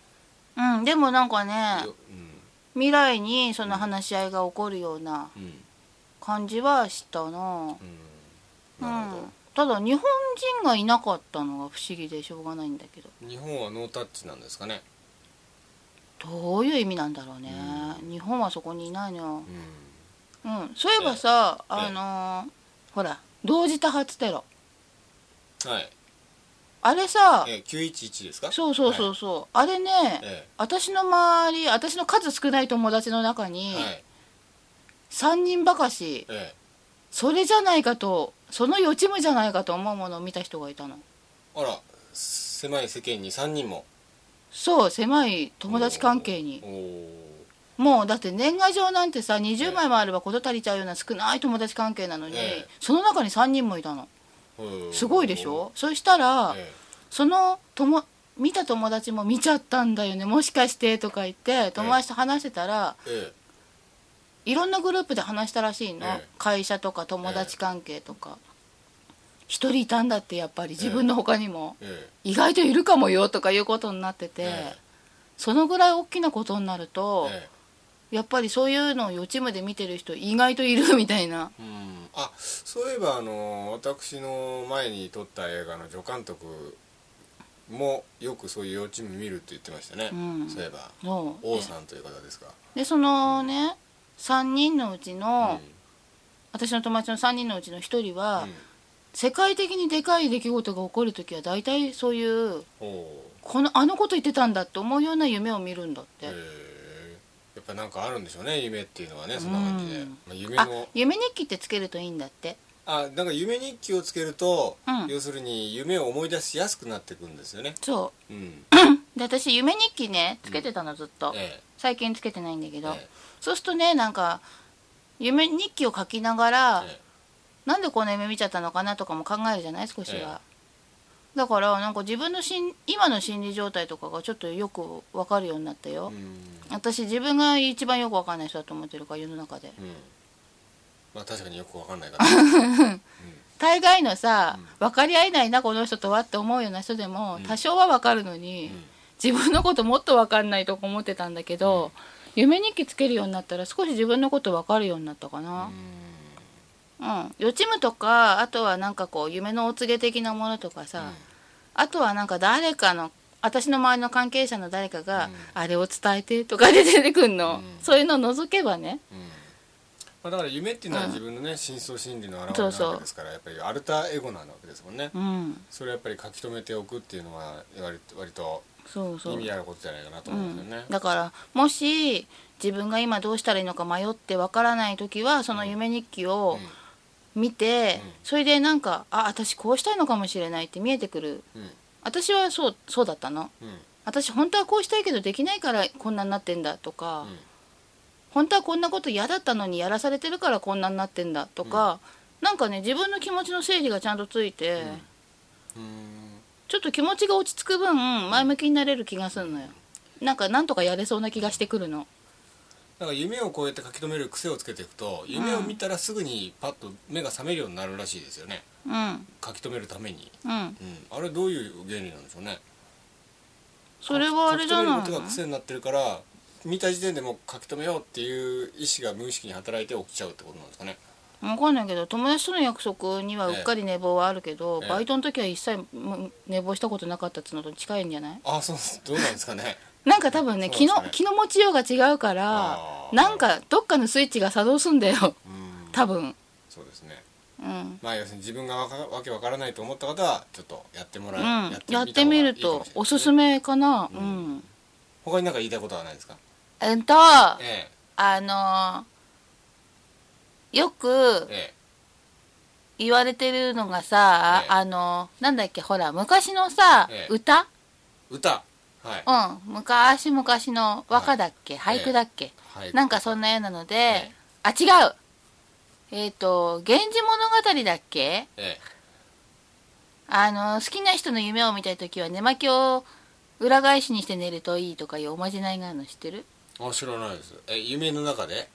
Speaker 2: うんでもなんかね
Speaker 1: よ
Speaker 2: 未来にその話し合いが起こるような
Speaker 1: うんうん
Speaker 2: 感じはし
Speaker 1: う
Speaker 2: たな、
Speaker 1: んなるほ
Speaker 2: う
Speaker 1: ど
Speaker 2: ん、ただ日本人がいなかったのが不思議でしょうがないんだけど
Speaker 1: 日本はノータッチなんですかね、
Speaker 2: どういう意味なんだろうね、日本はそこにいないのよ
Speaker 1: う、ん、
Speaker 2: うん、そういえばさ
Speaker 1: ええ
Speaker 2: あのーほら同時多発テロ
Speaker 1: はい
Speaker 2: あれさ
Speaker 1: え911ですか
Speaker 2: そうそうそううそう、あれね、
Speaker 1: え
Speaker 2: 私の周り私の数少ない友達の中
Speaker 1: え
Speaker 2: に
Speaker 1: はい
Speaker 2: 3人ばかし
Speaker 1: ええ
Speaker 2: それじゃないかとその予知夢じゃないかと思うものを見た人がいたの
Speaker 1: あら狭い世間に3人も
Speaker 2: そう狭い友達関係に
Speaker 1: おお
Speaker 2: もうだって年賀状なんてさ20枚もあれば事足りちゃうような少ない友達関係なのに、
Speaker 1: ええ
Speaker 2: その中に3人もいたの
Speaker 1: うん
Speaker 2: すごいでしょそしたら、
Speaker 1: え
Speaker 2: その友見た友達も見ちゃったんだよねもしかしてとか言って友達と話してたら、
Speaker 1: ええ
Speaker 2: いろんなグループで話したらしいの、
Speaker 1: ええ
Speaker 2: 会社とか友達関係とか、一人いたんだってやっぱり自分の他にも、
Speaker 1: ええ
Speaker 2: 意外といるかもよとかいうことになってて、
Speaker 1: ええ
Speaker 2: そのぐらい大きなことになると、
Speaker 1: え
Speaker 2: やっぱりそういうのを予知夢で見てる人意外といるみたいな
Speaker 1: えうんあそういえばあの私の前に撮った映画の助監督もよくそういう幼稚園見るって言ってましたね、
Speaker 2: うん
Speaker 1: そういえば
Speaker 2: そう
Speaker 1: 王さんという方ですか、
Speaker 2: でそのね3人のうち
Speaker 1: う
Speaker 2: の、私の友達の3人のうちの1人は、
Speaker 1: うん
Speaker 2: 世界的にでかい出来事が起こる時は大体そういう
Speaker 1: おお
Speaker 2: このあのこと言ってたんだって思うような夢を見るんだって。
Speaker 1: へえやっぱなんかあるんでしょうね夢っていうのはねそんな感じで、
Speaker 2: うん
Speaker 1: まあ、夢
Speaker 2: あ
Speaker 1: の
Speaker 2: 夢日記ってつけるといいんだって
Speaker 1: あなんか夢日記をつけると、
Speaker 2: うん
Speaker 1: 要するに夢を思い出しやすくなってくるんですよね
Speaker 2: そ
Speaker 1: うん
Speaker 2: うで私夢日記ねつけてたのずっと、
Speaker 1: え
Speaker 2: 最近つけてないんだけ
Speaker 1: え
Speaker 2: ど、
Speaker 1: え
Speaker 2: そうするとねなんか夢日記を書きながら、
Speaker 1: え
Speaker 2: なんでこんな夢見ちゃったのかなとかも考えるじゃない少しは、だからなんか自分のしん今の心理状態とかがちょっとよくわかるようになった
Speaker 1: う
Speaker 2: よ、
Speaker 1: ん
Speaker 2: 私自分が一番よくわかんない人だと思ってるから世の中で
Speaker 1: うんまあ確かによくわかんないから、うん
Speaker 2: 大概のさ、
Speaker 1: うん
Speaker 2: 分かり合えないなこの人とはって思うような人でも
Speaker 1: うん
Speaker 2: 多少はわかるのに、
Speaker 1: うん
Speaker 2: 自分のこともっと分かんないとか思ってたんだけど、夢日記つけるようになったら少し自分のこと分かるようになったかなうん予知夢とかあとはなんかこう夢のお告げ的なものとかさ、あとはなんか誰かの私の周りの関係者の誰かが、
Speaker 1: うん
Speaker 2: あれを伝えてとかで出てくん
Speaker 1: う
Speaker 2: の、
Speaker 1: ん
Speaker 2: そういうのを除けばね
Speaker 1: うんまあ、だから夢っていうのは
Speaker 2: うん
Speaker 1: 自分のね、深層心理の表
Speaker 2: そ
Speaker 1: れ
Speaker 2: う
Speaker 1: な
Speaker 2: そう
Speaker 1: わけですからやっぱりアルタエゴなわけですもんね、
Speaker 2: うん
Speaker 1: それをやっぱり書き留めておくっていうのは割と割と
Speaker 2: そうそう
Speaker 1: 意味あることじゃないかなと
Speaker 2: う
Speaker 1: 思うんです
Speaker 2: ん
Speaker 1: よね、
Speaker 2: だからもし自分が今どうしたらいいのか迷ってわからない時はその夢日記を見て、
Speaker 1: うん
Speaker 2: それでなんかあ私こうしたいのかもしれないって見えてくる
Speaker 1: うんうん
Speaker 2: 私はそうそうだったの
Speaker 1: うん
Speaker 2: 私本当はこうしたいけどできないからこんなになってんだとか、
Speaker 1: うん
Speaker 2: 本当はこんなこと嫌だったのにやらされてるからこんなになってんだとか、なんかね自分の気持ちの整理がちゃんとついて、
Speaker 1: んうーん
Speaker 2: ちょっと気持ちが落ち着く分前向きになれる気がするのよなんかなんとかやれそうな気がしてくるの
Speaker 1: だから夢をこうやって書き留める癖をつけていくと夢を見たらすぐにパッと目が覚めるようになるらしいですよね
Speaker 2: うん
Speaker 1: 書き留めるために、
Speaker 2: うん
Speaker 1: うん、あれどういう原理なんでしょうね
Speaker 2: それはあれじゃ
Speaker 1: 書
Speaker 2: な
Speaker 1: き留めることが
Speaker 2: い
Speaker 1: 癖になってるから見た時点でもう書き留めようっていう意思が無意識に働いて起きちゃうってことなんですかね
Speaker 2: 分かんないけど友達との約束にはうっかり寝坊はあるけど、
Speaker 1: ええ
Speaker 2: バイトの時は一切む寝坊したことなかったっつうのと近いんじゃない
Speaker 1: あそうですどうなんですかね
Speaker 2: なんか多分ね
Speaker 1: そう
Speaker 2: 気
Speaker 1: ですね
Speaker 2: の気の持ちようが違うから
Speaker 1: あー
Speaker 2: なんかどっかのスイッチが作動すんだよ
Speaker 1: うん
Speaker 2: 多分
Speaker 1: そうですね
Speaker 2: うん
Speaker 1: まあ要するに自分がわかわけわからないと思った方はちょっとやってもら
Speaker 2: う
Speaker 1: え、
Speaker 2: ん、や
Speaker 1: や
Speaker 2: っ
Speaker 1: って
Speaker 2: てみるとおすす
Speaker 1: め
Speaker 2: めかなう
Speaker 1: うんん他に何か言いたいことはないですか
Speaker 2: えっとあ
Speaker 1: え
Speaker 2: のーよく
Speaker 1: ええ
Speaker 2: 言われてるのがさ
Speaker 1: ええ
Speaker 2: あのーなんだっけほら昔のさ
Speaker 1: ええ
Speaker 2: 歌
Speaker 1: え歌はい
Speaker 2: うん昔々の和歌だっけ
Speaker 1: はい
Speaker 2: 俳句だっけ
Speaker 1: はい
Speaker 2: なんかそんなようなので
Speaker 1: え
Speaker 2: あ違うえっと「源氏物語」だっけ
Speaker 1: ええ
Speaker 2: あの好きな人の夢を見たい時は寝巻きを裏返しにして寝るといいとかいうおまじないがあるの知ってる
Speaker 1: あ知らないですえ夢の中で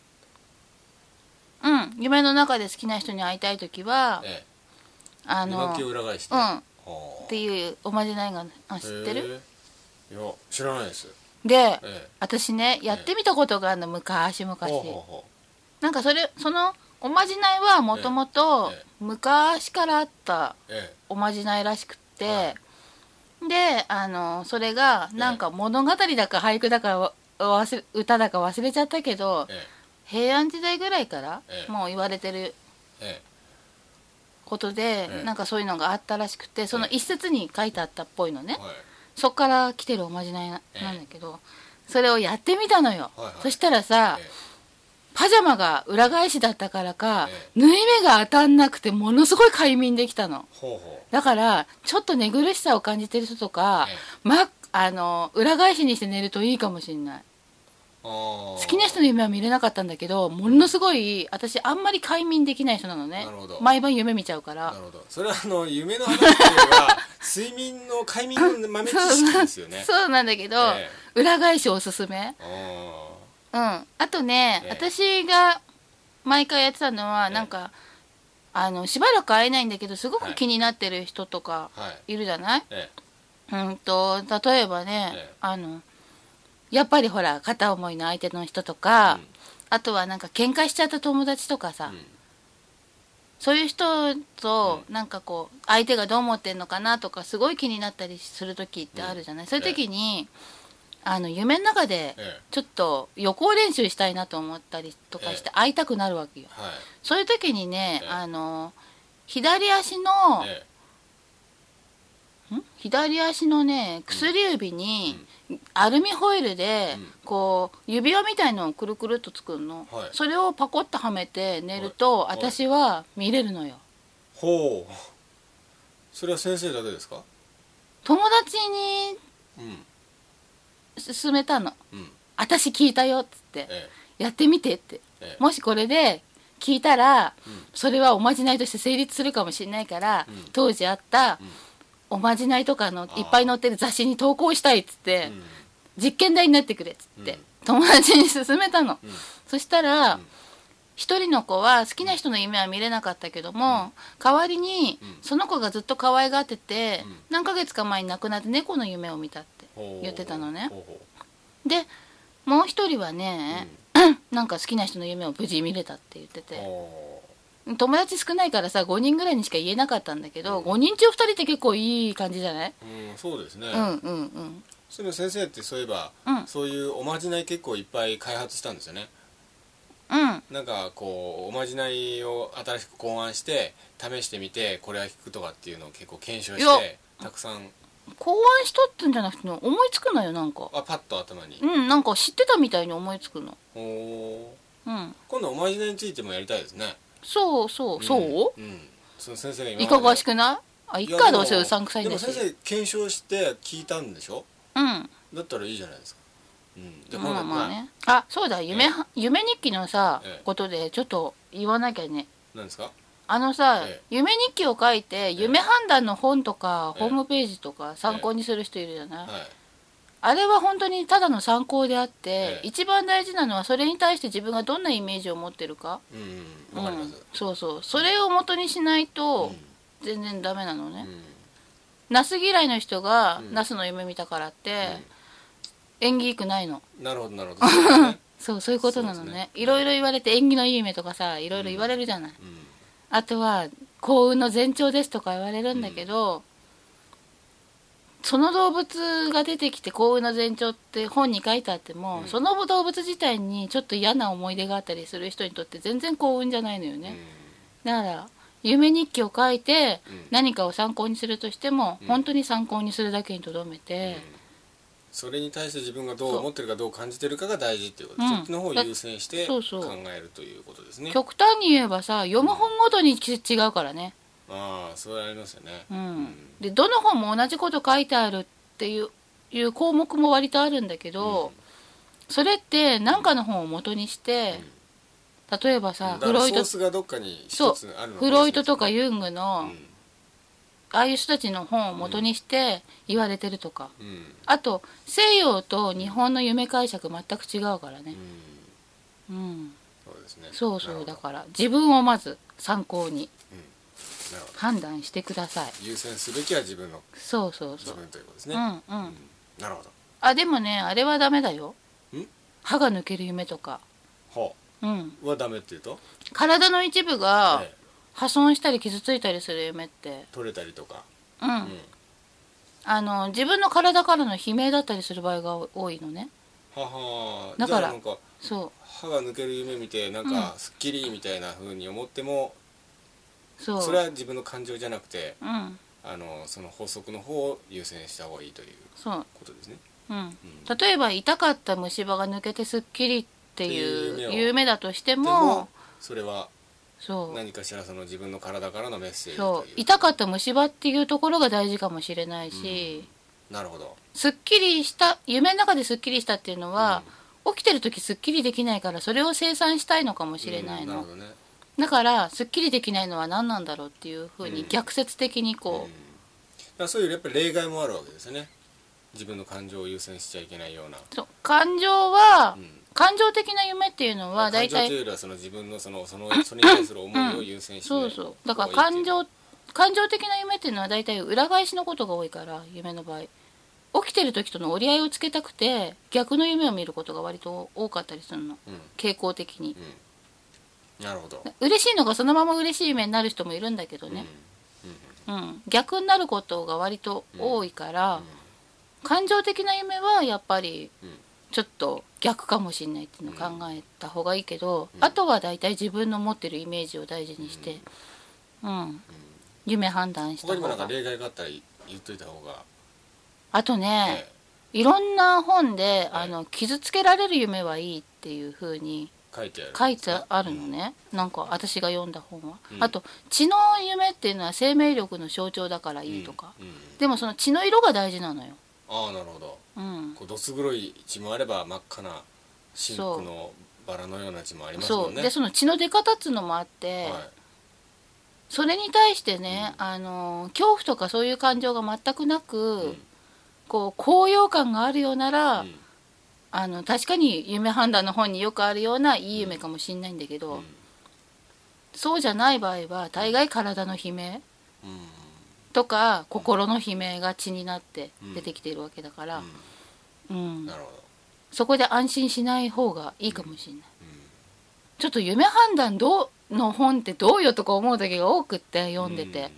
Speaker 2: うん夢の中で好きな人に会いたい時は
Speaker 1: え
Speaker 2: あ
Speaker 1: え
Speaker 2: の
Speaker 1: 庭木を
Speaker 2: う
Speaker 1: 裏返して、
Speaker 2: ん
Speaker 1: は
Speaker 2: っていうおまじないがあるあ知ってる、
Speaker 1: えいや知らないです
Speaker 2: で
Speaker 1: え
Speaker 2: 私ねやってみたことがあるの昔々
Speaker 1: えほうほうほ
Speaker 2: なんかそれそのおまじないはもともと
Speaker 1: ええ
Speaker 2: 昔からあった
Speaker 1: うえ
Speaker 2: おまじないらしくって、
Speaker 1: は
Speaker 2: であのそれがなんか物語だか俳句だかわ忘れ歌だか忘れちゃったけど
Speaker 1: ええ
Speaker 2: 平安時代ぐらいから
Speaker 1: ええ
Speaker 2: もう言われてる
Speaker 1: え
Speaker 2: ことで、
Speaker 1: ええ
Speaker 2: なんかそういうのがあったらしくてその一節に書いてあったっぽいのね、
Speaker 1: えはい
Speaker 2: そっから来てるおまじないな
Speaker 1: ええ
Speaker 2: なんだけど、それをやってみたのよ、
Speaker 1: はいはい
Speaker 2: そしたらさ、
Speaker 1: ええ
Speaker 2: パジャマが裏返しだったからか、
Speaker 1: え
Speaker 2: 縫い目が当たんなくてものすごい快眠できたの
Speaker 1: ほうほ
Speaker 2: だからちょっと寝苦しさを感じてる人とか
Speaker 1: え、
Speaker 2: ま、あの裏返しにして寝るといいかもしれないう
Speaker 1: 好
Speaker 2: 好きな人の夢は見れなかったんだけどものすごい私あんまり快眠できない人なのね
Speaker 1: なるほど
Speaker 2: 毎晩夢見ちゃうから
Speaker 1: なるほどそれはあの夢の話というより
Speaker 2: (laughs)
Speaker 1: は睡眠の快眠の豆知識ですよね
Speaker 2: そうなんだけど、
Speaker 1: え
Speaker 2: 裏返しおすすめ
Speaker 1: あ
Speaker 2: うんあとね、
Speaker 1: ええ
Speaker 2: 私が毎回やってたのは
Speaker 1: ええ
Speaker 2: なんか、あのしばらく会えないんだけどすご
Speaker 1: は
Speaker 2: く
Speaker 1: い
Speaker 2: 気になってる人とか
Speaker 1: あはい
Speaker 2: いるじゃない、
Speaker 1: え
Speaker 2: うんと例えばね、
Speaker 1: ええ
Speaker 2: あのやっぱりほら片思いの相手の人とか、
Speaker 1: うん
Speaker 2: あとはなんか喧嘩しちゃった友達とか
Speaker 1: え
Speaker 2: さ、
Speaker 1: うん
Speaker 2: そういう人と
Speaker 1: う
Speaker 2: なんかこう相手がどう思ってんのかなとかすごい気になったりする時ってあるじゃない、そういう時に、あの夢の中で
Speaker 1: ええ
Speaker 2: ちょっと予行練習したいなと思ったりとかして会いたくなるわけよ、
Speaker 1: はい
Speaker 2: そういう時にね、
Speaker 1: ええ
Speaker 2: あの左足の、
Speaker 1: え
Speaker 2: ん左足のね薬指にアルミホイルで、
Speaker 1: うん
Speaker 2: こう指輪みたいのをくるくるっと作るの、
Speaker 1: はい
Speaker 2: それをパコッとはめて寝ると、
Speaker 1: はいはい
Speaker 2: 私は見れるのよ
Speaker 1: ほうそれは先生だけですか
Speaker 2: 友達に
Speaker 1: うん
Speaker 2: 勧めたの
Speaker 1: うん
Speaker 2: 「私聞いたよ」っつって
Speaker 1: え
Speaker 2: 「やってみて」って
Speaker 1: えええ
Speaker 2: もしこれで聞いたら
Speaker 1: うん
Speaker 2: それはおまじないとして成立するかもしれないから、
Speaker 1: うん
Speaker 2: 当時あった
Speaker 1: うん
Speaker 2: おまじないとかの
Speaker 1: ー
Speaker 2: いっぱい載ってる雑誌に投稿したいっつって、
Speaker 1: うん
Speaker 2: 実験台になってくれっつって、
Speaker 1: うん
Speaker 2: 友達に勧めたの、
Speaker 1: うん
Speaker 2: そしたら、
Speaker 1: うん
Speaker 2: 一人の子は好きな人の夢は見れなかったけども、代わりに
Speaker 1: うん
Speaker 2: その子がずっと可愛がってて、
Speaker 1: うん
Speaker 2: 何ヶ月か前に亡くなって猫の夢を見たって
Speaker 1: ほう
Speaker 2: 言ってたのね
Speaker 1: ほうほ
Speaker 2: でもう一人は
Speaker 1: う
Speaker 2: ね、 (coughs) なんか好きな人の夢を無事見れたって言って
Speaker 1: うん
Speaker 2: て
Speaker 1: ほ
Speaker 2: 友達少ないからさ5人ぐらいにしか言えなかったんだけど、
Speaker 1: うん
Speaker 2: 5人中2人って結構いい感じじゃない、
Speaker 1: ううんそうですね
Speaker 2: うんうんうん
Speaker 1: それ先生ってそういえば
Speaker 2: うん
Speaker 1: そういうおまじない結構いっぱい開発したんですよね
Speaker 2: うん
Speaker 1: なんかこうおまじないを新しく考案して試してみてこれは効くとかっていうのを結構検証
Speaker 2: いや
Speaker 1: してたくさん
Speaker 2: 考案しとってんじゃなくて思いつくのよなんか
Speaker 1: あパッと頭に
Speaker 2: うんなんか知ってたみたいに思いつくの
Speaker 1: おお
Speaker 2: うん
Speaker 1: 今度おまじないについてもやりたいですね
Speaker 2: そうそうそ
Speaker 1: うん、うんその先生が
Speaker 2: ういかがわし
Speaker 1: く
Speaker 2: くないあいっかどうせうさんくさいん
Speaker 1: で
Speaker 2: だ
Speaker 1: も
Speaker 2: し
Speaker 1: 先生検証して聞いたんでしょ
Speaker 2: うん
Speaker 1: だったらいいじゃないですかうんじゃ
Speaker 2: まあまあ
Speaker 1: まあ
Speaker 2: ねあそうだ夢は夢日記のさ
Speaker 1: ええ
Speaker 2: ことでちょっと言わなきゃね
Speaker 1: 何ですか
Speaker 2: あのさ、
Speaker 1: ええ
Speaker 2: 夢日記を書いて夢判断の本とか、
Speaker 1: ええ
Speaker 2: ホームページとか参考にする人いるじゃない、
Speaker 1: はい
Speaker 2: あれは本当にただの参考であって、
Speaker 1: え
Speaker 2: 一番大事なのはそれに対して自分がどんなイメージを持ってるか
Speaker 1: うんうんわかります
Speaker 2: うん、そうそうそれを元にしないと
Speaker 1: う
Speaker 2: 全然ダメなのね、
Speaker 1: ん
Speaker 2: ナス嫌いの人が
Speaker 1: うん
Speaker 2: ナスの夢見たからって、縁起良くないの
Speaker 1: うんなるほどなるほどそうですね
Speaker 2: そうそういうことな
Speaker 1: そう
Speaker 2: の
Speaker 1: で
Speaker 2: ね
Speaker 1: すね
Speaker 2: いろいろ言われて縁起のいい夢とかさいろいろ言われるじゃない、
Speaker 1: うん
Speaker 2: あとは幸運の前兆ですとか言われるんだけど、その動物が出てきて幸運の前兆って本に書いてあっても、
Speaker 1: うん
Speaker 2: その動物自体にちょっと嫌な思い出があったりする人にとって全然幸運じゃないのよね、だから夢日記を書いて
Speaker 1: うんうん
Speaker 2: 何かを参考にするとしても、
Speaker 1: うん
Speaker 2: 本当に参考にするだけにとど
Speaker 1: う
Speaker 2: め
Speaker 1: ん
Speaker 2: て、
Speaker 1: それに対して自分がどう思ってるかどう感じてるかが大事っていうこと、
Speaker 2: うん
Speaker 1: そっちの方を優先して
Speaker 2: そ
Speaker 1: 考
Speaker 2: うそう
Speaker 1: えるということですね
Speaker 2: 極端に言えばさ読む本ごとにき違うからね、
Speaker 1: ああそれはありますよね
Speaker 2: うんでどの本も同じこと書いてあるっていういう項目も割とあるんだけど、それって何かの本を元にして、例えば
Speaker 1: うん
Speaker 2: さ
Speaker 1: だか
Speaker 2: フ
Speaker 1: ら
Speaker 2: ロイ
Speaker 1: ソ
Speaker 2: ド
Speaker 1: ースがどっかに一
Speaker 2: そう
Speaker 1: つあるのかもしれない
Speaker 2: フロイトとかユングのああいう人たちの本を元にして言われてるとか、
Speaker 1: うん
Speaker 2: あと西洋と日本の夢解釈全く違うからね
Speaker 1: うん、
Speaker 2: うん、
Speaker 1: そうですね
Speaker 2: そうそ
Speaker 1: な
Speaker 2: う
Speaker 1: る
Speaker 2: だ
Speaker 1: ほど
Speaker 2: から自分をまず参考に
Speaker 1: なるほど
Speaker 2: 判断してください
Speaker 1: 優先すべきは自分の
Speaker 2: そうそう
Speaker 1: 自
Speaker 2: そう、
Speaker 1: 分ということです
Speaker 2: う
Speaker 1: ね、
Speaker 2: んう
Speaker 1: う
Speaker 2: ん
Speaker 1: んなるほど
Speaker 2: あでもねあれはダメだよ
Speaker 1: ん
Speaker 2: 歯が抜ける夢とか
Speaker 1: ほ
Speaker 2: うん
Speaker 1: うはダメっていうと、
Speaker 2: 体の一部が
Speaker 1: ええ
Speaker 2: 破損したり傷ついたりする夢って
Speaker 1: 取れたりとか、
Speaker 2: うん、
Speaker 1: うん
Speaker 2: あの自分の体からの悲鳴だったりする場合が多いのね
Speaker 1: はは
Speaker 2: だから
Speaker 1: じゃあなんか
Speaker 2: そ
Speaker 1: 歯が抜ける夢見てなんかすっきりみたいな風に思っても、
Speaker 2: うそう
Speaker 1: それは自分の感情じゃなくて
Speaker 2: うん
Speaker 1: あのその法則の方を優先した方がいいという
Speaker 2: そう
Speaker 1: ことですね。
Speaker 2: うん
Speaker 1: うん
Speaker 2: 例えば痛かった虫歯が抜けてすっきりって
Speaker 1: っていう夢
Speaker 2: い
Speaker 1: を
Speaker 2: う夢だとしても
Speaker 1: でもそれは
Speaker 2: そう
Speaker 1: 何かしらその自分の体からのメッセージ
Speaker 2: そ
Speaker 1: と
Speaker 2: う
Speaker 1: いう
Speaker 2: 痛かった虫歯っていうところが大事かもしれないし、
Speaker 1: なるほど
Speaker 2: すっきりした夢の中ですっきりしたっていうのは、起きてる時すっきりできないからそれを清算したいのかもしれない
Speaker 1: うんな
Speaker 2: の、
Speaker 1: るほどね
Speaker 2: だからすっきりできないのは何なんだろうっていうふう
Speaker 1: う
Speaker 2: に
Speaker 1: ん
Speaker 2: 逆説的に
Speaker 1: うんだ
Speaker 2: こ
Speaker 1: からそういうやっぱり例外もあるわけですよね自分の感情を優先しちゃいけないような
Speaker 2: う、そう感情は、
Speaker 1: うん
Speaker 2: 感情的な夢っていうのは
Speaker 1: 感
Speaker 2: 大
Speaker 1: 情という
Speaker 2: 体
Speaker 1: よりはその自分のそのそのそれに対する思いを優先して、
Speaker 2: そうそうだから感情感情的な夢っていうのは大体裏返しのことが多いから夢の場合起きてる時との折り合いをつけたくて逆の夢を見ることが割と多かったりするの
Speaker 1: うんうん
Speaker 2: 傾向的に
Speaker 1: なるほど、
Speaker 2: 嬉しいのがそのまま嬉しい夢になる人もいるんだけどね、
Speaker 1: うんうん
Speaker 2: うん、逆になることが割と多いから、
Speaker 1: うん
Speaker 2: 感情的な夢はやっぱり
Speaker 1: うん
Speaker 2: ちょっと逆かもしれないっていうのを考えた方がいいけど、
Speaker 1: うん
Speaker 2: あとは大体自分の持ってるイメージを大事にして、うん夢判断した
Speaker 1: 他
Speaker 2: 方
Speaker 1: にもなんか
Speaker 2: が
Speaker 1: 例外があったら言っといた方が、
Speaker 2: あとね、
Speaker 1: え
Speaker 2: いろんな本で、あの傷つけられる夢はいいっていう風に
Speaker 1: え書いてある
Speaker 2: 書いてあるのね、なんか私が読んだ本は、
Speaker 1: うん
Speaker 2: あと血の夢っていうのは生命力の象徴だからいいとか、
Speaker 1: うんうんうん
Speaker 2: でもその血の色が大事なのよ、
Speaker 1: ああなるほど
Speaker 2: うん、
Speaker 1: こうどす黒い血もあれば真っ赤なシンクのバラのような血もありますも
Speaker 2: そうん
Speaker 1: ね
Speaker 2: でその血の出方っつうのもあって、
Speaker 1: はい
Speaker 2: それに対してね、あの恐怖とかそういう感情が全くなく、
Speaker 1: うん
Speaker 2: こう高揚感があるようなら、
Speaker 1: うん
Speaker 2: あの確かに夢判断の本によくあるようないい夢かもしんないんだけど、
Speaker 1: うん
Speaker 2: そうじゃない場合は大概体の悲鳴
Speaker 1: うん
Speaker 2: とか心の悲鳴が血になって出てきているわけだから、うん
Speaker 1: うんなるほど
Speaker 2: そこで安心しない方がいいかもしれない。ちょっと夢判断どうの本ってどうよとか思う時が多くって読んでて、
Speaker 1: うん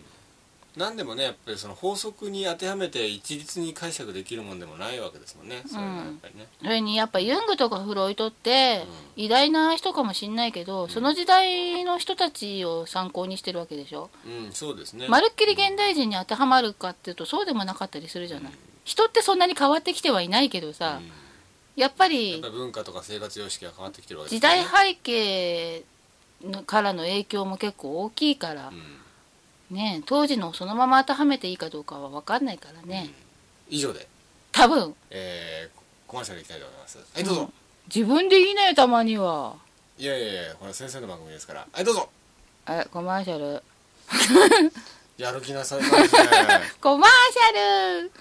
Speaker 1: 何でもねやっぱりその法則に当てはめて一律に解釈できるもんでもないわけですもんねそれがやっぱりね
Speaker 2: それにやっぱユングとかフロイトって偉大な人かもしんないけど、その時代の人たちを参考にしてるわけでしょ、
Speaker 1: うんそうですね
Speaker 2: まるっきり現代人に当てはまるかっていうとそうでもなかったりするじゃない、人ってそんなに変わってきてはいないけど
Speaker 1: うん
Speaker 2: さ、やっぱ
Speaker 1: やっ
Speaker 2: り
Speaker 1: ぱり文化とか生活様式が変わってきてるわけ
Speaker 2: 時
Speaker 1: よ
Speaker 2: 代背景のからの影響も結構大きいから
Speaker 1: う、ん
Speaker 2: ね当時のそのまま当てはめていいかどうかは分かんないからね、
Speaker 1: 以上で
Speaker 2: 多分
Speaker 1: えーコマーシャルいきたいと思いますはいどうぞ
Speaker 2: 自分でいいねたまにはい
Speaker 1: やいやいやこれ先生の番組ですからはいどうぞ
Speaker 2: えコマーシャル
Speaker 1: やる気なさい (laughs) ますね
Speaker 2: コマーシャル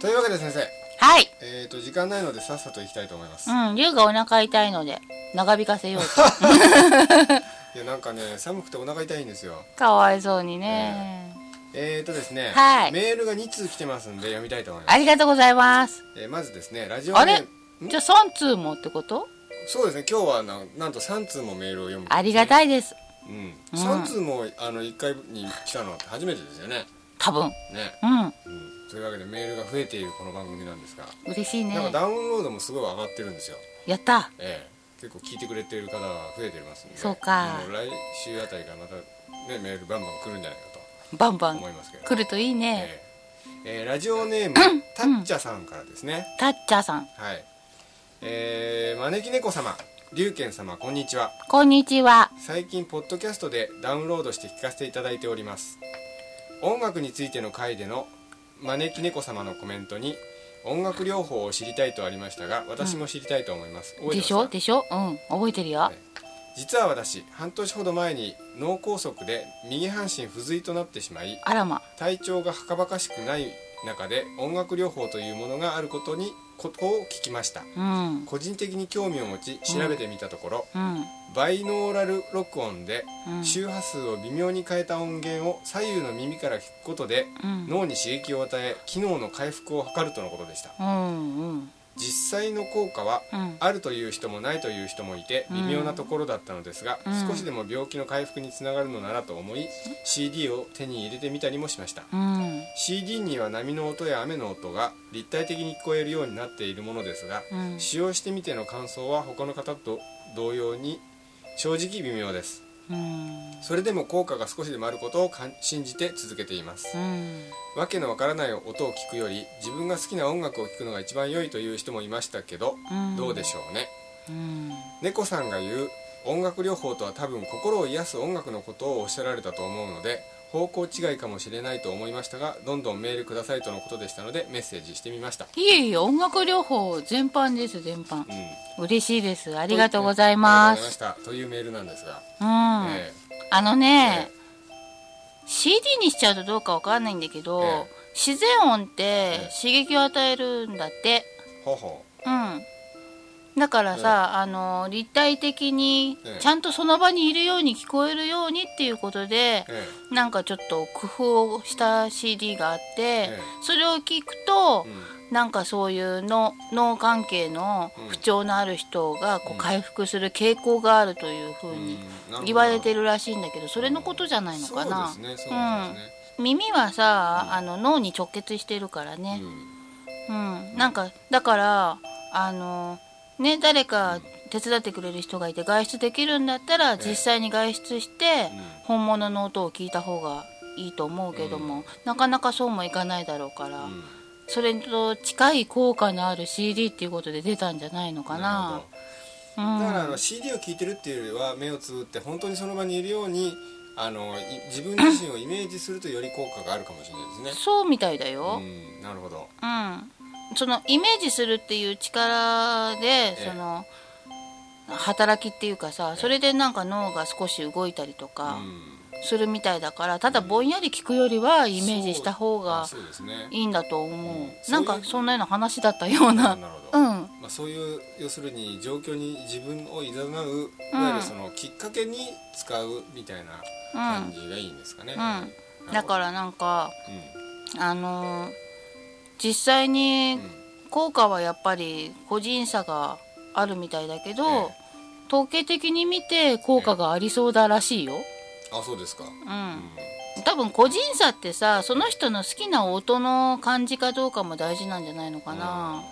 Speaker 1: というわけで先生
Speaker 2: はい
Speaker 1: えーと時間ないのでさっさと行きたいと思います
Speaker 2: うん龍がお腹痛いので長引かせよう (laughs) と
Speaker 1: いやなんかね寒くてお腹痛いんですよ
Speaker 2: かわいそうにね、
Speaker 1: えーとですね
Speaker 2: はい
Speaker 1: メールが2通来てますんで読みたいと思います
Speaker 2: ありがとうございます
Speaker 1: えーまずですねラジオ
Speaker 2: あ
Speaker 1: ネ
Speaker 2: れ
Speaker 1: ーム
Speaker 2: じゃあ3通もってこと
Speaker 1: そうですね今日はななんと3通もメールを読む
Speaker 2: ありがたいです
Speaker 1: うん
Speaker 2: うん
Speaker 1: 3通もあの1回に来たのって初めてですよね
Speaker 2: 多分
Speaker 1: ね、
Speaker 2: うん
Speaker 1: うん、というわけでメールが増えているこの番組なんですが
Speaker 2: 嬉しいね
Speaker 1: なんかダウンロードもすごい上がってるんですよ、
Speaker 2: やった
Speaker 1: ええ、結構聞いてくれてる方が増えてますんで
Speaker 2: そうか
Speaker 1: もう来週あたりからまた、ね、メールバンバン来るんじゃないか
Speaker 2: バンバ
Speaker 1: と
Speaker 2: ン
Speaker 1: 思いますけど、
Speaker 2: 来るといいね、
Speaker 1: えええーラジオネームたっちゃさんからですね、
Speaker 2: タッチャーさん
Speaker 1: はいえー招き猫様龍賢様こんにちは
Speaker 2: こんにちは
Speaker 1: 最近ポッドキャストでダウンロードして聞かせていただいております音楽についての回での招き猫様のコメントに音楽療法を知りたいとありましたが私も知りたいと思います、覚えて
Speaker 2: で
Speaker 1: ます
Speaker 2: し
Speaker 1: か
Speaker 2: ょでしょうん覚えてるよ、
Speaker 1: ね実は私半年ほど前に脳梗塞で右半身不随となってしまい
Speaker 2: あらま
Speaker 1: 体調がはばかしくない中で音楽療法というものがあることにことを聞きました
Speaker 2: うん
Speaker 1: 個人的に興味を持ち調べてみたところ、
Speaker 2: うん
Speaker 1: バイノーラル録音で
Speaker 2: うん
Speaker 1: 周波数を微妙に変えた音源を左右の耳から聞くことで
Speaker 2: うん
Speaker 1: 脳に刺激を与え機能の回復を図るとのことでした
Speaker 2: うんうん
Speaker 1: 実際の効果は
Speaker 2: うん
Speaker 1: あるという人もないという人もいて
Speaker 2: うん
Speaker 1: 微妙なところだったのですが、
Speaker 2: うん
Speaker 1: 少しでも病気の回復につながるのならと思い CD を手に入れてみたりもしました
Speaker 2: うん
Speaker 1: CD には波の音や雨の音が立体的に聞こえるようになっているものですが、
Speaker 2: うん
Speaker 1: 使用してみての感想は他の方と同様に正直微妙です
Speaker 2: うん
Speaker 1: それでも効果が少しでもあることをかん信じて続けています
Speaker 2: うん
Speaker 1: わけのわからない音を聞くより自分が好きな音楽を聴くのが一番良いという人もいましたけど、
Speaker 2: うん
Speaker 1: どうでしょうね
Speaker 2: うん
Speaker 1: 猫さんが言う音楽療法とは多分心を癒す音楽のことをおっしゃられたと思うので方向違いかもしれないと思いましたがどんどんメールくださいとのことでしたのでメッセージしてみました
Speaker 2: いえいえ音楽療法全般です全般
Speaker 1: うん
Speaker 2: 嬉しいですあ
Speaker 1: あ
Speaker 2: りがとうございま
Speaker 1: りがとうございますしたというメールなんですが、
Speaker 2: うん
Speaker 1: え
Speaker 2: あのね、
Speaker 1: え
Speaker 2: CD にしちゃうとどうかわかんないんだけど、
Speaker 1: え
Speaker 2: 自然音っ
Speaker 1: え
Speaker 2: て
Speaker 1: え
Speaker 2: 刺激を与えるんだって、
Speaker 1: ーほうほ
Speaker 2: うんだからさ、あの立体的に
Speaker 1: ええ
Speaker 2: ちゃんとその場にいるように聞こえるようにっていうことで
Speaker 1: う、、え
Speaker 2: なんかちょっと工夫をした CD があって、
Speaker 1: え
Speaker 2: それを聞くと
Speaker 1: ー、うん
Speaker 2: なんかそういうの脳関係の不調のある人が
Speaker 1: う
Speaker 2: こ
Speaker 1: ん
Speaker 2: う回復する傾向があるというふうに
Speaker 1: うん
Speaker 2: 言われてるらしいんだけどそれのことじゃないのかな。
Speaker 1: そうですねそうですね、
Speaker 2: 耳はさ、
Speaker 1: うん
Speaker 2: あの脳に直結してるから
Speaker 1: う
Speaker 2: ね、
Speaker 1: ん
Speaker 2: うんなんかだからあのね誰か手伝ってくれる人がいて外出できるんだったら
Speaker 1: え
Speaker 2: 実際に外出して本物の音を聞いた方がいいと思うけども、
Speaker 1: う
Speaker 2: なかなかそうもいかないだろうから、
Speaker 1: うん
Speaker 2: それと近い効果のある CD っていうことで出たんじゃないのか
Speaker 1: るほ
Speaker 2: な
Speaker 1: ど
Speaker 2: うん
Speaker 1: だからあの CD を聴いてるっていうよりは目をつぶって本当にその場にいるようにあのい自分自身をイメージするとより効果があるかもしれないですね。
Speaker 2: そうみたいだ
Speaker 1: う
Speaker 2: よ、
Speaker 1: ん、なるほど。
Speaker 2: うん、そのイメージするっていう力で
Speaker 1: ええ
Speaker 2: その働きっていうかさ
Speaker 1: え
Speaker 2: それでなんか脳が少し動いたりと
Speaker 1: う
Speaker 2: か
Speaker 1: ん、
Speaker 2: するみたいだからただぼんやり聞くよりはイメージした方が
Speaker 1: そうあそうですね。
Speaker 2: いいんだと思
Speaker 1: うん
Speaker 2: うな
Speaker 1: そう
Speaker 2: んか
Speaker 1: いう
Speaker 2: そんなような話だったよう
Speaker 1: な
Speaker 2: な
Speaker 1: るほ
Speaker 2: う
Speaker 1: ど。
Speaker 2: ん
Speaker 1: まあそういう要するに状況に自分をいざなういわゆるそのきっかけに使うみたいな感じがいいんですかね。。
Speaker 2: うんだかららなんか
Speaker 1: うん
Speaker 2: あのー実際に効果はやっぱり個人差があるみたいだけ
Speaker 1: え
Speaker 2: ど統計的に見て効果がありそうだらしいよ
Speaker 1: あそうですか。
Speaker 2: うん
Speaker 1: うん
Speaker 2: 多分個人差ってさその人の好きな音の感じかどうかも大事なんじゃないのかな、
Speaker 1: うんなる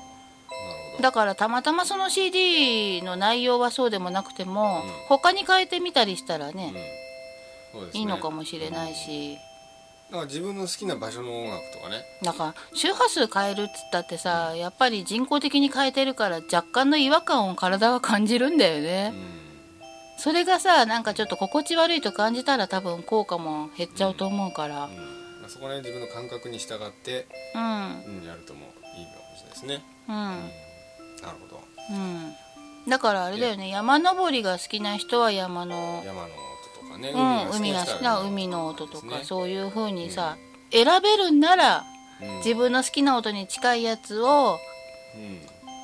Speaker 1: ほど。
Speaker 2: だからたまたまその CD の内容はそうでもなくても、
Speaker 1: うん
Speaker 2: 他に変えてみたりしたら
Speaker 1: うん
Speaker 2: ね、
Speaker 1: そうですね
Speaker 2: いいのかもしれないし、
Speaker 1: なんか自分の好きな場所の音楽とかね、
Speaker 2: だから周波数変えるっつったってさやっぱり人工的に変えてるから若干の違和感を体は感じるんだよね、
Speaker 1: う
Speaker 2: それがさなんかちょっと心地悪いと感じたら多分効果も減っちゃうと思うから
Speaker 1: んまあ、そこら辺自分の感覚に従って、
Speaker 2: うん
Speaker 1: うん、やるともいいかもしれないですね、
Speaker 2: うん
Speaker 1: なるほど
Speaker 2: うんだからあれだよね山登りが好きな人は山の、
Speaker 1: 山の音とかね、
Speaker 2: うん、海が好きな
Speaker 1: 人は
Speaker 2: 海の音とか、
Speaker 1: ですね
Speaker 2: そういう風にさ、選べるんなら
Speaker 1: うん
Speaker 2: 自分の好きな音に近いやつを
Speaker 1: うん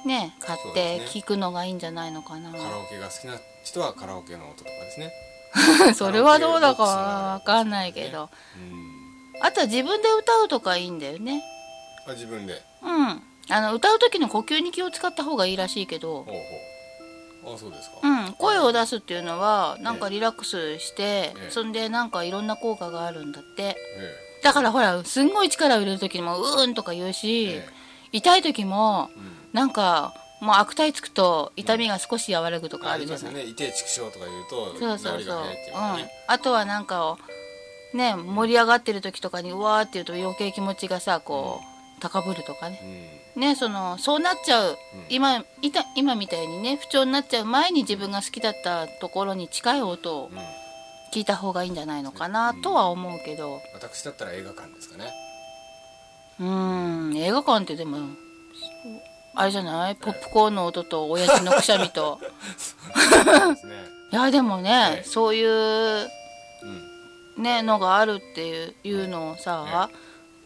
Speaker 2: ね買
Speaker 1: そう
Speaker 2: っ
Speaker 1: で
Speaker 2: て
Speaker 1: すね
Speaker 2: 聞くのがいいんじゃないのかな
Speaker 1: カラオケが好きな人はカラオケの音とかですね、
Speaker 2: それはどうだかはわかんないけど、
Speaker 1: うん、
Speaker 2: あとは自分で歌うとかいいんだよね
Speaker 1: あ自分で
Speaker 2: うんあの歌う時の呼吸に気を使った方がいいらしいけ
Speaker 1: ほう
Speaker 2: ど、
Speaker 1: ほうあそうですか、
Speaker 2: うん、声を出すっていうのはなんかリラックスして、
Speaker 1: ええ
Speaker 2: そんでなんかいろんな効果があるんだって
Speaker 1: え
Speaker 2: だからほらすんごい力を入れる時にもうーんとか言う
Speaker 1: え
Speaker 2: し、
Speaker 1: え
Speaker 2: 痛い時も
Speaker 1: えうん
Speaker 2: なんかもう悪態つくと痛みが少し和らぐとか
Speaker 1: あ
Speaker 2: あ
Speaker 1: り
Speaker 2: るじ
Speaker 1: ま
Speaker 2: ゃ
Speaker 1: す
Speaker 2: な
Speaker 1: よ
Speaker 2: い、
Speaker 1: ね「いてちくしょう」とか言うと
Speaker 2: そうそう
Speaker 1: 治り
Speaker 2: そう、
Speaker 1: が早いっていうか
Speaker 2: うん
Speaker 1: ね、
Speaker 2: あとはなんかをね盛り上がってる時とかにうわーって言うと余計気持ちがさこう高ぶるとかね
Speaker 1: うん
Speaker 2: ねそのそうなっちゃう、
Speaker 1: うん
Speaker 2: 今いた今みたいにね不調になっちゃう前に自分が好きだったところに近い音を
Speaker 1: うん
Speaker 2: 聞いた方がいいんじゃないのかなとは思うけど、
Speaker 1: 私だったら映画館ですかね
Speaker 2: うん映画館ってでもあれじゃないポップコーンの音とおやじのくしゃみと
Speaker 1: そうですね
Speaker 2: いやでもね、
Speaker 1: はい
Speaker 2: そういう
Speaker 1: うん
Speaker 2: ねのがあるっていういうのをさ、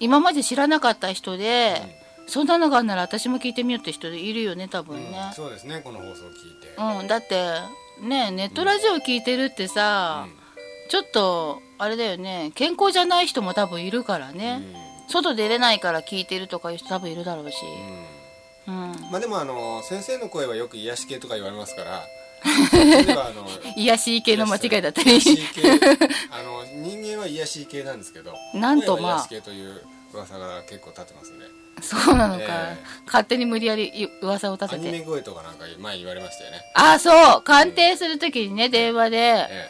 Speaker 2: 今まで知らなかった人で、そんなのがあるなら私も聞いてみようって人いるよね多分
Speaker 1: うん
Speaker 2: ね、
Speaker 1: そうですねこの放送を聞いて
Speaker 2: うんだってねネットラジオ聞いてるってさ、ちょっとあれだよね健康じゃない人も多分いるから
Speaker 1: う
Speaker 2: ね、
Speaker 1: ん
Speaker 2: 外出れないから聞いてるとかいう人多分いるだろうし、
Speaker 1: うん
Speaker 2: うん、
Speaker 1: まあでもあの先生の声はよく癒し系とか言われますから
Speaker 2: (laughs)
Speaker 1: 例えばあの
Speaker 2: 癒し系の間違いだったり
Speaker 1: 癒し系あの人間は癒し系なんですけど
Speaker 2: なんとまあ
Speaker 1: 声は癒し系という噂が結構立ってますね
Speaker 2: (laughs) そうなのか、
Speaker 1: ええ
Speaker 2: 勝手に無理やりい噂を立
Speaker 1: ア
Speaker 2: て
Speaker 1: ニメ
Speaker 2: て
Speaker 1: 声とかなんか前言われましたよね、
Speaker 2: あそう鑑定する時にね電話で
Speaker 1: え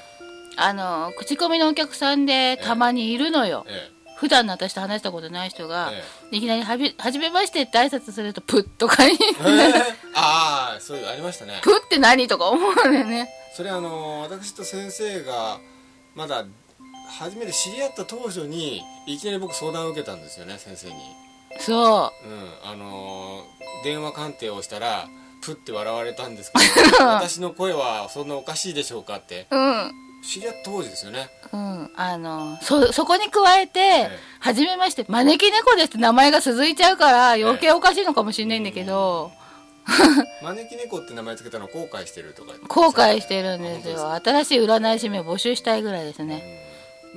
Speaker 2: あの口コミのお客さんでたまにいるのよ
Speaker 1: ええ
Speaker 2: 普段の私と話したことない人が
Speaker 1: え
Speaker 2: いきなりはじ「はじめまして」って挨拶すると「プッ」とか言って
Speaker 1: えええああそういうありましたね
Speaker 2: (laughs) プッ」って何とか思うのよね
Speaker 1: それあの私と先生がまだ初めて知り合った当初にいきなり僕相談を受けたんですよね先生に
Speaker 2: そ
Speaker 1: うんあのー電話鑑定をしたらプッて笑われたんですけ
Speaker 2: (laughs)
Speaker 1: ど私の声はそんなおかしいでしょうかって
Speaker 2: ううん
Speaker 1: 知り合った当時ですよね
Speaker 2: うん、あのそそこに加えて
Speaker 1: え
Speaker 2: 「はじめまして招き猫です」って名前が続いちゃうから余計おかしいのかもしれないんだけど、
Speaker 1: 招き猫って名前つけたの後悔してるとか言って
Speaker 2: 後悔してるんです
Speaker 1: あ
Speaker 2: よ
Speaker 1: 本
Speaker 2: 新しい占い師名募集したいぐらいですね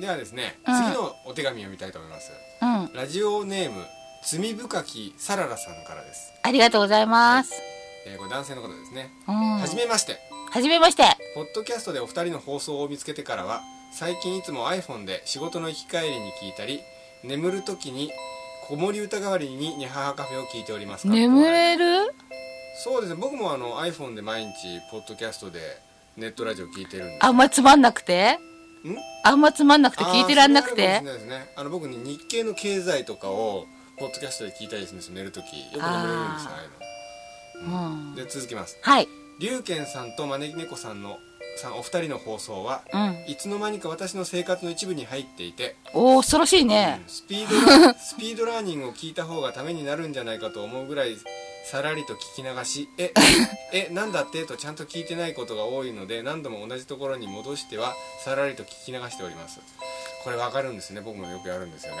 Speaker 1: 当ですではですね、
Speaker 2: うん
Speaker 1: 次のお手紙を読みたいと思います
Speaker 2: うん
Speaker 1: ラジオネーム罪深きサララさんからです、
Speaker 2: ありがとうございます、
Speaker 1: えーこれ男性の方ですね、
Speaker 2: うん、
Speaker 1: はじめまして
Speaker 2: はじめまして
Speaker 1: ポッドキャストでお二人の放送を見つけてからは最近いつも iPhone で仕事の行き帰りに聞いたり眠る時に子守歌代わりにに母カフェを聞いております
Speaker 2: 眠れる
Speaker 1: そうですね僕もあの iPhone で毎日ポッドキャストでネットラジオ聞いてるんで
Speaker 2: あんまつまんなくて
Speaker 1: ん
Speaker 2: あんまつまんなくて聞いてらんなく
Speaker 1: あー
Speaker 2: て
Speaker 1: それはあるかもしれないですねあの僕ね日経の経済とかをポッドキャストで聞いたりするんですよ寝る時よく眠れるんですよ
Speaker 2: あー
Speaker 1: ああいう
Speaker 2: う
Speaker 1: の、
Speaker 2: ん
Speaker 1: で続きます
Speaker 2: はい
Speaker 1: 龍賢さんと招き猫さんのさんお二人の放送は
Speaker 2: うん
Speaker 1: いつの間にか私の生活の一部に入っていて
Speaker 2: おー恐ろしいね
Speaker 1: スピードラスピードラーニン (laughs) グを聞いた方がためになるんじゃないかと思うぐらいさらりと聞き流し (laughs) 「ええなんだって?」とちゃんと聞いてないことが多いので何度も同じところに戻してはさらりと聞き流しておりますこれわかるんですね僕もよくやるんですよね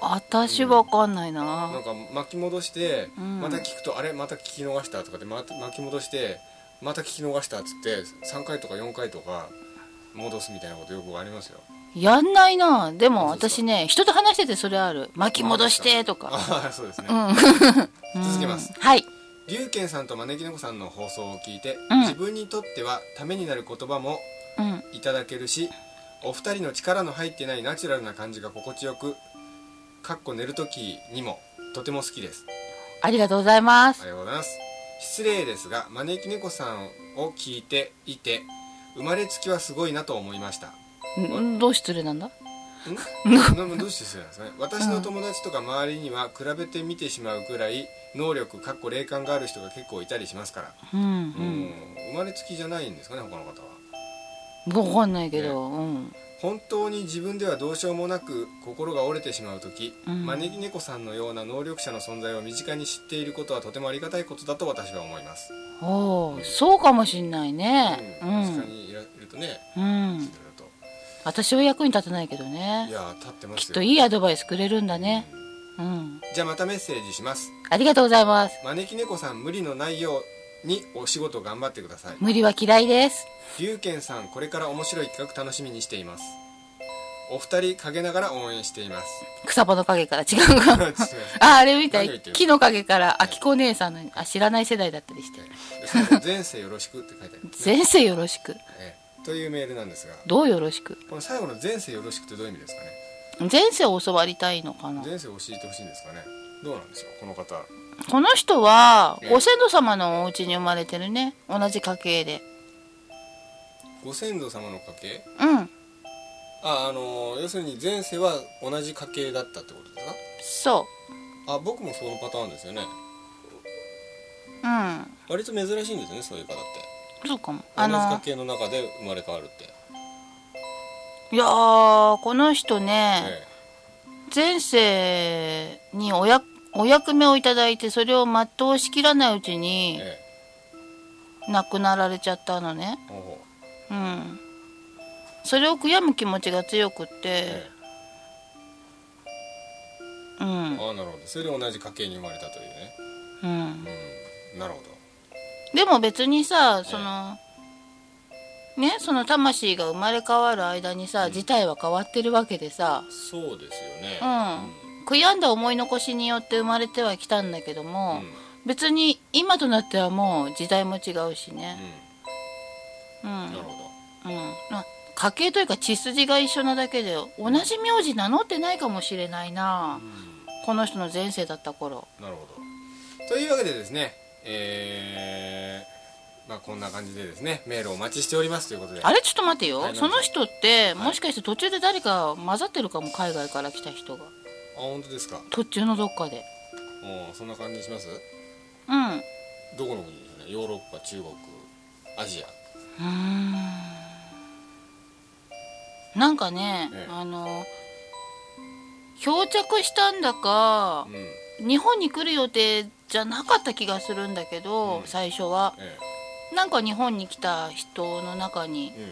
Speaker 2: 私わかんない
Speaker 1: な
Speaker 2: なん
Speaker 1: か巻き戻して、
Speaker 2: うん
Speaker 1: また聞くと「あれまた聞き逃した」とかでまた巻き戻して「また聞き逃した」っつって3回とか4回とか戻すみたいなことよくありますよ
Speaker 2: やんないなでも
Speaker 1: そうですか
Speaker 2: 私ね人と話しててそれある巻き戻してとか
Speaker 1: ああそうですね、
Speaker 2: うん
Speaker 1: 続けます
Speaker 2: はい
Speaker 1: 龍賢さんと招き猫さんの放送を聞いて、
Speaker 2: うん
Speaker 1: 自分にとってはためになる言葉も
Speaker 2: うん
Speaker 1: いただけるしお二人の力の入ってないナチュラルな感じが心地よくかっこ寝る時にもとても好きです
Speaker 2: ありがとうございま
Speaker 1: あ
Speaker 2: す
Speaker 1: りがとうございます失礼ですが招き猫さんを聞いていて生まれつきはすごいなと思いました
Speaker 2: (laughs) んどう失礼なんだ
Speaker 1: んなどうしてそうなんですかね私の友達とか周りには比べてみてしまうくらい能力かっこ霊感がある人が結構いたりしますから
Speaker 2: うん
Speaker 1: うん生まれつきじゃないんですかね他の方は
Speaker 2: うんわかんないけど、うん
Speaker 1: 本当に自分ではどうしようもなく心が折れてしまう時、
Speaker 2: うん
Speaker 1: 招き猫さんのような能力者の存在を身近に知っていることはとてもありがたいことだと私は思います、
Speaker 2: おーそうかもしんないねう
Speaker 1: うん身近
Speaker 2: ん、
Speaker 1: にいらいるとね
Speaker 2: うん
Speaker 1: い、ろいろと
Speaker 2: 私は役に立たないけど
Speaker 1: い
Speaker 2: ね
Speaker 1: や立ってますよ
Speaker 2: きっといいアドバイスくれるんだねうん
Speaker 1: じゃあまたメッセージします
Speaker 2: ありがとうございます
Speaker 1: 招き猫さん無理のないようにお仕事頑張ってください
Speaker 2: 無理は嫌いです
Speaker 1: 龍賢さんこれから面白い企画楽しみにしていますお二人陰ながら応援しています
Speaker 2: 草葉の陰から違う
Speaker 1: (laughs) 違
Speaker 2: か
Speaker 1: います
Speaker 2: ああれみた
Speaker 1: 何を言
Speaker 2: い
Speaker 1: ってる
Speaker 2: 木の陰からあきこ姉さんのあ知らない世代だったりして
Speaker 1: で最後前世よろしくって書いてありますね
Speaker 2: 前世よろしく
Speaker 1: ええというメールなんですが
Speaker 2: どうよろしく
Speaker 1: この最後の前世よろしくってどういう意味ですかね
Speaker 2: 前世を教わりたいのかな
Speaker 1: 前世を教えてほしいんですかねどうなんでしょうこの方
Speaker 2: この人は
Speaker 1: ええ
Speaker 2: ご先祖様のお家に生まれてるね同じ家系で
Speaker 1: ご先祖様の家系
Speaker 2: うん
Speaker 1: ああの要するに前世は同じ家系だったってことです
Speaker 2: そ
Speaker 1: かあ僕もそのパターンですよね
Speaker 2: ううん
Speaker 1: 割と珍しいんですよねそういう方って
Speaker 2: そうかも
Speaker 1: 同
Speaker 2: あ
Speaker 1: じ
Speaker 2: の
Speaker 1: 家系の中で生まれ変わるって、
Speaker 2: いやーこの人ね、
Speaker 1: え
Speaker 2: 前世におやお役目をいただいてそれを全うしきらないうちに
Speaker 1: え
Speaker 2: 亡くなられちゃったのね
Speaker 1: えほうほう
Speaker 2: うんそれを悔やむ気持ちが強くって、
Speaker 1: え
Speaker 2: う
Speaker 1: え
Speaker 2: ん
Speaker 1: ああなるほどそれで同じ家系に生まれたというね
Speaker 2: うん
Speaker 1: うんなるほど
Speaker 2: でも別にさその、ねその魂が生まれ変わる間にさ、
Speaker 1: うん
Speaker 2: 事態は変わってるわけでさ
Speaker 1: そうですよね
Speaker 2: うん悔やんだ思い残しによって生まれてはきたんだけど
Speaker 1: う
Speaker 2: も、
Speaker 1: ん
Speaker 2: 別に今となってはもう時代も違うしねうん、うん
Speaker 1: うんなるほ
Speaker 2: ま家系というか血筋が一緒なだけで同じ名字名乗ってないかもしれないな
Speaker 1: どうん
Speaker 2: この人の前世だった頃
Speaker 1: なるほどというわけでですねえーまあこんな感じでですねメールお待ちしておりますということで
Speaker 2: あれちょっと待ってよ、
Speaker 1: はい
Speaker 2: その人って、
Speaker 1: い
Speaker 2: もしかして途中で誰か混ざってるかも海外から来た人が
Speaker 1: あ本当ですか
Speaker 2: 途中のどっかで
Speaker 1: うんそんな感じします
Speaker 2: うんう
Speaker 1: どこの国ですかねヨーロッパ中国アジア
Speaker 2: ーんなんかね、
Speaker 1: ええ
Speaker 2: あの漂着したんだか
Speaker 1: うんえ
Speaker 2: 日本に来る予定じゃなかった気がするんだけど、
Speaker 1: うん
Speaker 2: 最初は
Speaker 1: え
Speaker 2: なんか日本に来た人の中に
Speaker 1: うん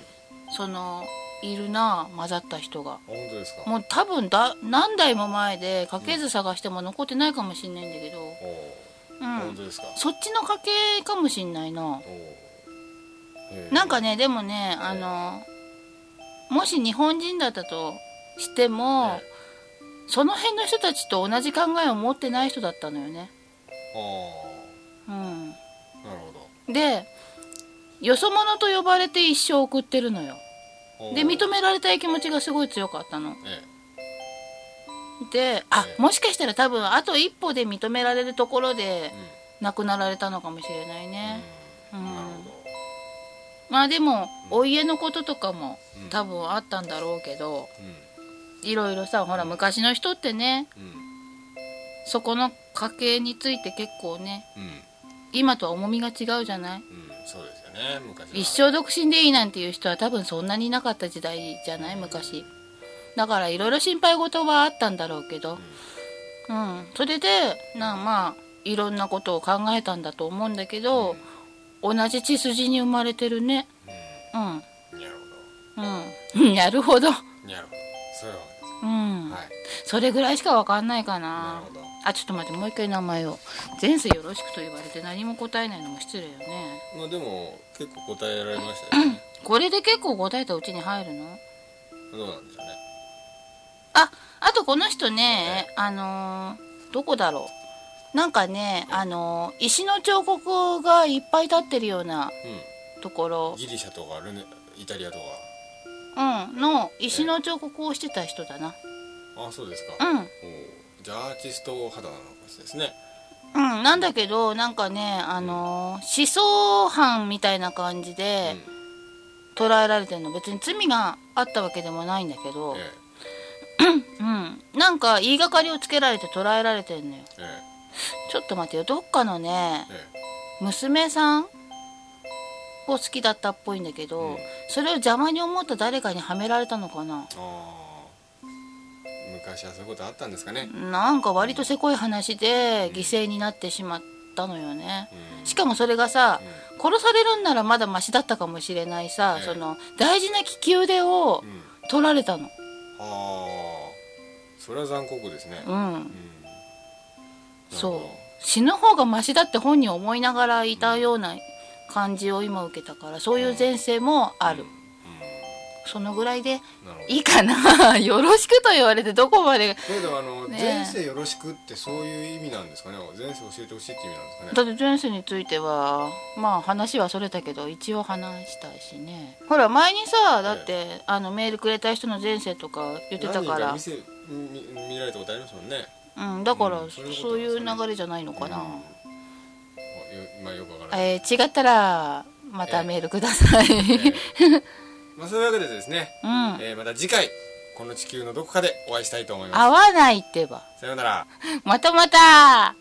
Speaker 1: あ
Speaker 2: そのいるな混ざった人が
Speaker 1: 本当ですか
Speaker 2: もう多分だ何代も前で家系図探しても残ってないかもしんないんだけど
Speaker 1: おお
Speaker 2: う
Speaker 1: 本
Speaker 2: ん
Speaker 1: 当ですか
Speaker 2: そっちの家系かもしんないな
Speaker 1: おおええ
Speaker 2: なんかねでもねあのもし日本人だったとしても
Speaker 1: え
Speaker 2: その辺の人たちと同じ考えを持ってない人だったのよね
Speaker 1: ああ
Speaker 2: うん
Speaker 1: なるほど
Speaker 2: でよそ者と呼ばれて一生送ってるのよ
Speaker 1: おー
Speaker 2: で認められたい気持ちがすごい強かったの
Speaker 1: え
Speaker 2: であ
Speaker 1: ええ
Speaker 2: もしかしたら多分あと一歩で認められるところで
Speaker 1: えうん
Speaker 2: 亡くなられたのかもしれないね、
Speaker 1: う
Speaker 2: うんん
Speaker 1: なるほど
Speaker 2: まあでもお家のこととかも
Speaker 1: うん
Speaker 2: 多分あったんだろうけど
Speaker 1: う
Speaker 2: いろいろさほら昔の人ってね
Speaker 1: んうん
Speaker 2: そこの家系について結構ね
Speaker 1: うん
Speaker 2: 今とは重みが違うじゃない
Speaker 1: うんそうですよね昔は
Speaker 2: 一生独身でいいなんていう人は多分そんなにいなかった時代じゃない昔だからいろいろ心配事はあったんだろうけどうんそれでなあまあいろんなことを考えたんだと思うんだけど同じ血筋に生まれてるね
Speaker 1: う
Speaker 2: うん
Speaker 1: んなるほ
Speaker 2: うん (laughs) なるほ
Speaker 1: ど
Speaker 2: ど
Speaker 1: なるほどそういうわ
Speaker 2: うん、
Speaker 1: けです
Speaker 2: それぐらいしかわかんないか
Speaker 1: はいな
Speaker 2: な
Speaker 1: るほど
Speaker 2: あちょっと待ってもう一回名前を前世よろしくと言われて何も答えないのも失礼よね
Speaker 1: まあでも結構答えられましたよね
Speaker 2: これで結構答えたうちに入るの
Speaker 1: どうなんでしょうね
Speaker 2: ああとこの人ねあのーどこだろうなんかねあのー石の彫刻がいっぱい立ってるようなとこ
Speaker 1: うん
Speaker 2: ろ、
Speaker 1: ギリシャとかルネイタリアと
Speaker 2: うん、の石の彫刻をしてた人だな
Speaker 1: かあそうです
Speaker 2: う
Speaker 1: か
Speaker 2: ん
Speaker 1: おーじゃあアーティスト肌なのかもしれないですね
Speaker 2: うんなんだけどなんかねあのー思想犯みたいな感じ
Speaker 1: うん
Speaker 2: で、捉えられてるの別に罪があったわけでもないんだけど、
Speaker 1: え
Speaker 2: うん、なんか言いがかりをつけられて捉えられてんのよ
Speaker 1: えええ
Speaker 2: ちょっと待ってよどっかのね
Speaker 1: え
Speaker 2: 娘さんを好きだったっぽいんだけ
Speaker 1: え
Speaker 2: ど、
Speaker 1: うん
Speaker 2: それを邪魔に思った誰かにはめられたのかな
Speaker 1: あー昔はそういうことあったんですかね
Speaker 2: なんか割とせこい話で
Speaker 1: うん
Speaker 2: 犠牲になってしまったのよね
Speaker 1: うん
Speaker 2: しかもそれがさ
Speaker 1: う
Speaker 2: 殺されるんならまだマシだったかもしれないさ、
Speaker 1: ええ
Speaker 2: その大事な利き腕を
Speaker 1: んうん
Speaker 2: 取られたの
Speaker 1: ああそれは残酷ですね
Speaker 2: うん
Speaker 1: うん
Speaker 2: そう死ぬ方がマシだって本人思いながらいたような感じを今受けたからそういう前世もある、そのぐらいで
Speaker 1: なるほど
Speaker 2: いいかな (laughs) よろしくと言われてどこまで
Speaker 1: けどあの、
Speaker 2: ねえ
Speaker 1: 前世よろしくってそういう意味なんですかね前世教えてほしいって意味なんですか
Speaker 2: だ
Speaker 1: ね
Speaker 2: って前世についてはまあ話はそれたけど一応話したしねほら前にさだって、あのメールくれた人の前世とか言ってたか
Speaker 1: 何
Speaker 2: ら
Speaker 1: 見せ見見られたことありますもんね
Speaker 2: うんだから、
Speaker 1: うんそういうこと
Speaker 2: そういう流れじゃないのかな、
Speaker 1: うんあよまあよくわからない、
Speaker 2: えー違ったらまたメールください、
Speaker 1: えー (laughs) まあそういうわけでですね、
Speaker 2: うん
Speaker 1: えーまた次回この地球のどこかでお会いしたいと思いま
Speaker 2: 合わないってば
Speaker 1: すさようなら
Speaker 2: またまた